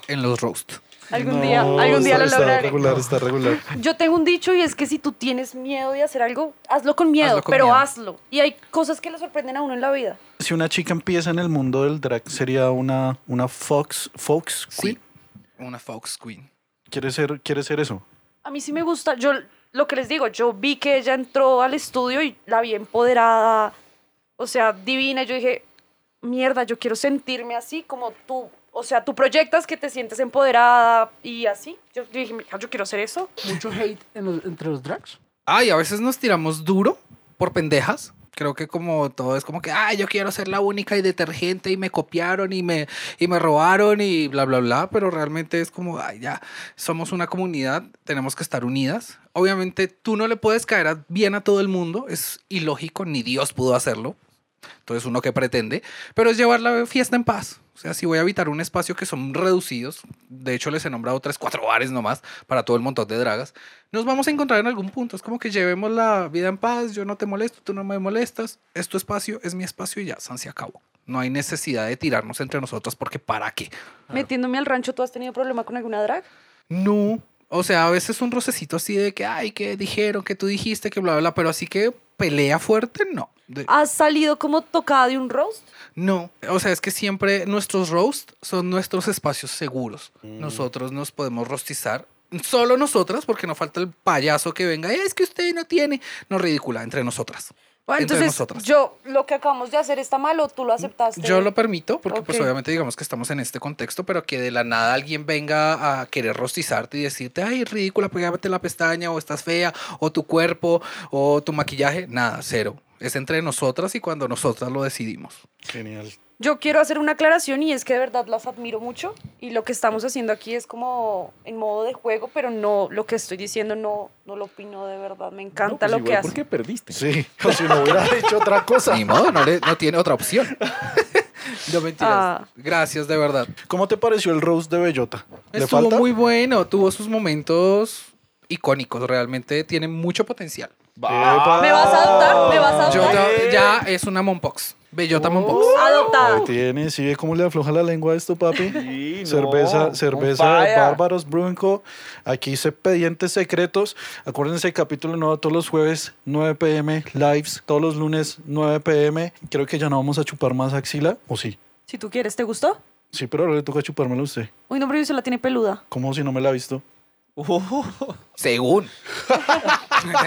Speaker 4: En los roast.
Speaker 5: Algún día, algún día
Speaker 2: está,
Speaker 5: lo
Speaker 2: Está
Speaker 5: lograré.
Speaker 2: regular, está regular.
Speaker 5: Yo tengo un dicho y es que si tú tienes miedo de hacer algo, hazlo con miedo,
Speaker 4: Hazlo con
Speaker 5: pero
Speaker 4: miedo.
Speaker 5: hazlo. Y hay cosas que le sorprenden a uno en la vida.
Speaker 2: Si una chica empieza en el mundo del drag, sería una, una Fox, Fox
Speaker 4: Sí.
Speaker 2: Queen.
Speaker 4: Una Fox Queen.
Speaker 2: ¿Quiere ser, quiere ser eso?
Speaker 5: A mí sí me gusta, yo lo que les digo, yo vi que ella entró al estudio y la vi empoderada, o sea, divina, y yo dije, mierda, yo quiero sentirme así como tú, o sea, tú proyectas que te sientes empoderada y así. Yo, yo dije, "Mija, yo quiero hacer eso.
Speaker 3: Mucho hate en los- entre los drags.
Speaker 4: Ay, a veces nos tiramos duro por pendejas. Creo que como todo es como que, ay, yo quiero ser la única y detergente y me copiaron y me, y me robaron y bla, bla, bla. Pero realmente es como, ay, ya, somos una comunidad, tenemos que estar unidas. Obviamente tú no le puedes caer a- bien a todo el mundo, es ilógico, ni Dios pudo hacerlo. Entonces uno que pretende, pero es llevar la fiesta en paz. O sea, si voy a habitar un espacio que son reducidos, de hecho les he nombrado tres, cuatro bares nomás para todo el montón de dragas, nos vamos a encontrar en algún punto. Es como que llevemos la vida en paz, yo no te molesto, tú no me molestas, es tu espacio, es mi espacio y ya, San se acabó. No hay necesidad de tirarnos entre nosotros porque ¿para qué?
Speaker 5: Metiéndome al rancho, ¿tú has tenido problema con alguna drag?
Speaker 4: No. O sea, a veces un rocecito así de que, ay, que dijeron, que tú dijiste, que bla, bla, bla, pero así que pelea fuerte, no. De-
Speaker 5: ¿Has salido como tocada de un roast?
Speaker 4: No, o sea, es que siempre nuestros roast son nuestros espacios seguros. Nosotros nos podemos rostizar. Solo nosotras, porque no falta el payaso que venga. Es que usted no tiene. No ridícula, entre nosotras.
Speaker 5: Bueno,
Speaker 4: Entre
Speaker 5: entonces,
Speaker 4: nosotras.
Speaker 5: yo, lo que acabamos de hacer está mal o tú lo aceptaste.
Speaker 4: Yo lo permito, porque pues
Speaker 5: Ok.
Speaker 4: obviamente digamos que estamos en este contexto, pero que de la nada alguien venga a querer rostizarte y decirte, ay, ridícula, pégate la pestaña, o estás fea, o tu cuerpo, o tu maquillaje. Nada, cero. Es entre nosotras y cuando nosotras lo decidimos.
Speaker 2: Genial.
Speaker 5: Yo quiero hacer una aclaración y es que de verdad las admiro mucho y lo que estamos haciendo aquí es como en modo de juego, pero no, lo que estoy diciendo no, no lo opino de verdad, me encanta
Speaker 4: pues
Speaker 5: lo que
Speaker 1: ¿Por
Speaker 5: hace.
Speaker 1: qué perdiste?
Speaker 2: Sí, como si no hubiera hecho otra cosa.
Speaker 4: Ni modo, no, le- no tiene otra opción. No mentiras.
Speaker 5: Ah.
Speaker 4: Gracias, de verdad.
Speaker 2: ¿Cómo te pareció el roast de Bellota? ¿Le
Speaker 4: Estuvo
Speaker 2: falta?
Speaker 4: muy bueno, tuvo sus momentos icónicos, realmente tiene mucho potencial.
Speaker 1: Va. Ah.
Speaker 5: ¿Me vas a adoptar? ¿Me vas a
Speaker 4: Yo
Speaker 5: adoptar?
Speaker 4: te- ya es una Mompox. Bellota Mombox.
Speaker 5: Adoptada.
Speaker 2: Ahí tiene, si ve cómo le afloja la lengua a esto, papi.
Speaker 1: Sí, no,
Speaker 2: cerveza,
Speaker 1: on
Speaker 2: cerveza,
Speaker 1: fire.
Speaker 2: bárbaros, brunco. Aquí se pedientes secretos. Acuérdense, capítulo nuevo todos los jueves, 9 pm, lives, todos los lunes, 9 pm. Creo que ya no vamos a chupar más axila, o sí.
Speaker 5: Si tú quieres, ¿te gustó?
Speaker 2: Sí, pero ahora le toca chupármela a usted.
Speaker 5: Uy, no, pero se la tiene peluda.
Speaker 2: ¿Cómo si no me la ha visto?
Speaker 4: Según.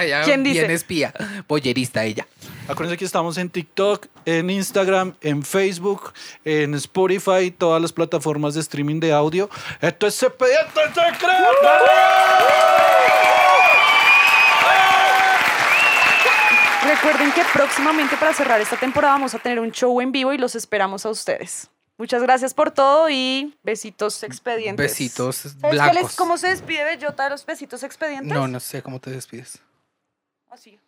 Speaker 4: Ella
Speaker 5: ¿Quién dice?
Speaker 4: Bien espía. Pollerista ella.
Speaker 2: Acuérdense que estamos en TikTok, en Instagram, en Facebook, en Spotify, todas las plataformas de streaming de audio. Esto es Expediente Secreto.
Speaker 5: Recuerden que próximamente para cerrar esta temporada vamos a tener un show en vivo y los esperamos a ustedes. Muchas gracias por todo y besitos expedientes.
Speaker 4: Besitos
Speaker 5: ¿Sabes cuál es-
Speaker 4: blancos.
Speaker 5: ¿Cómo se despide Bellota de los besitos expedientes? Ah,
Speaker 4: No, no sé cómo te despides.
Speaker 5: Así.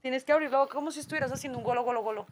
Speaker 5: Tienes que abrir la boca como si estuvieras haciendo un golo, golo, golo.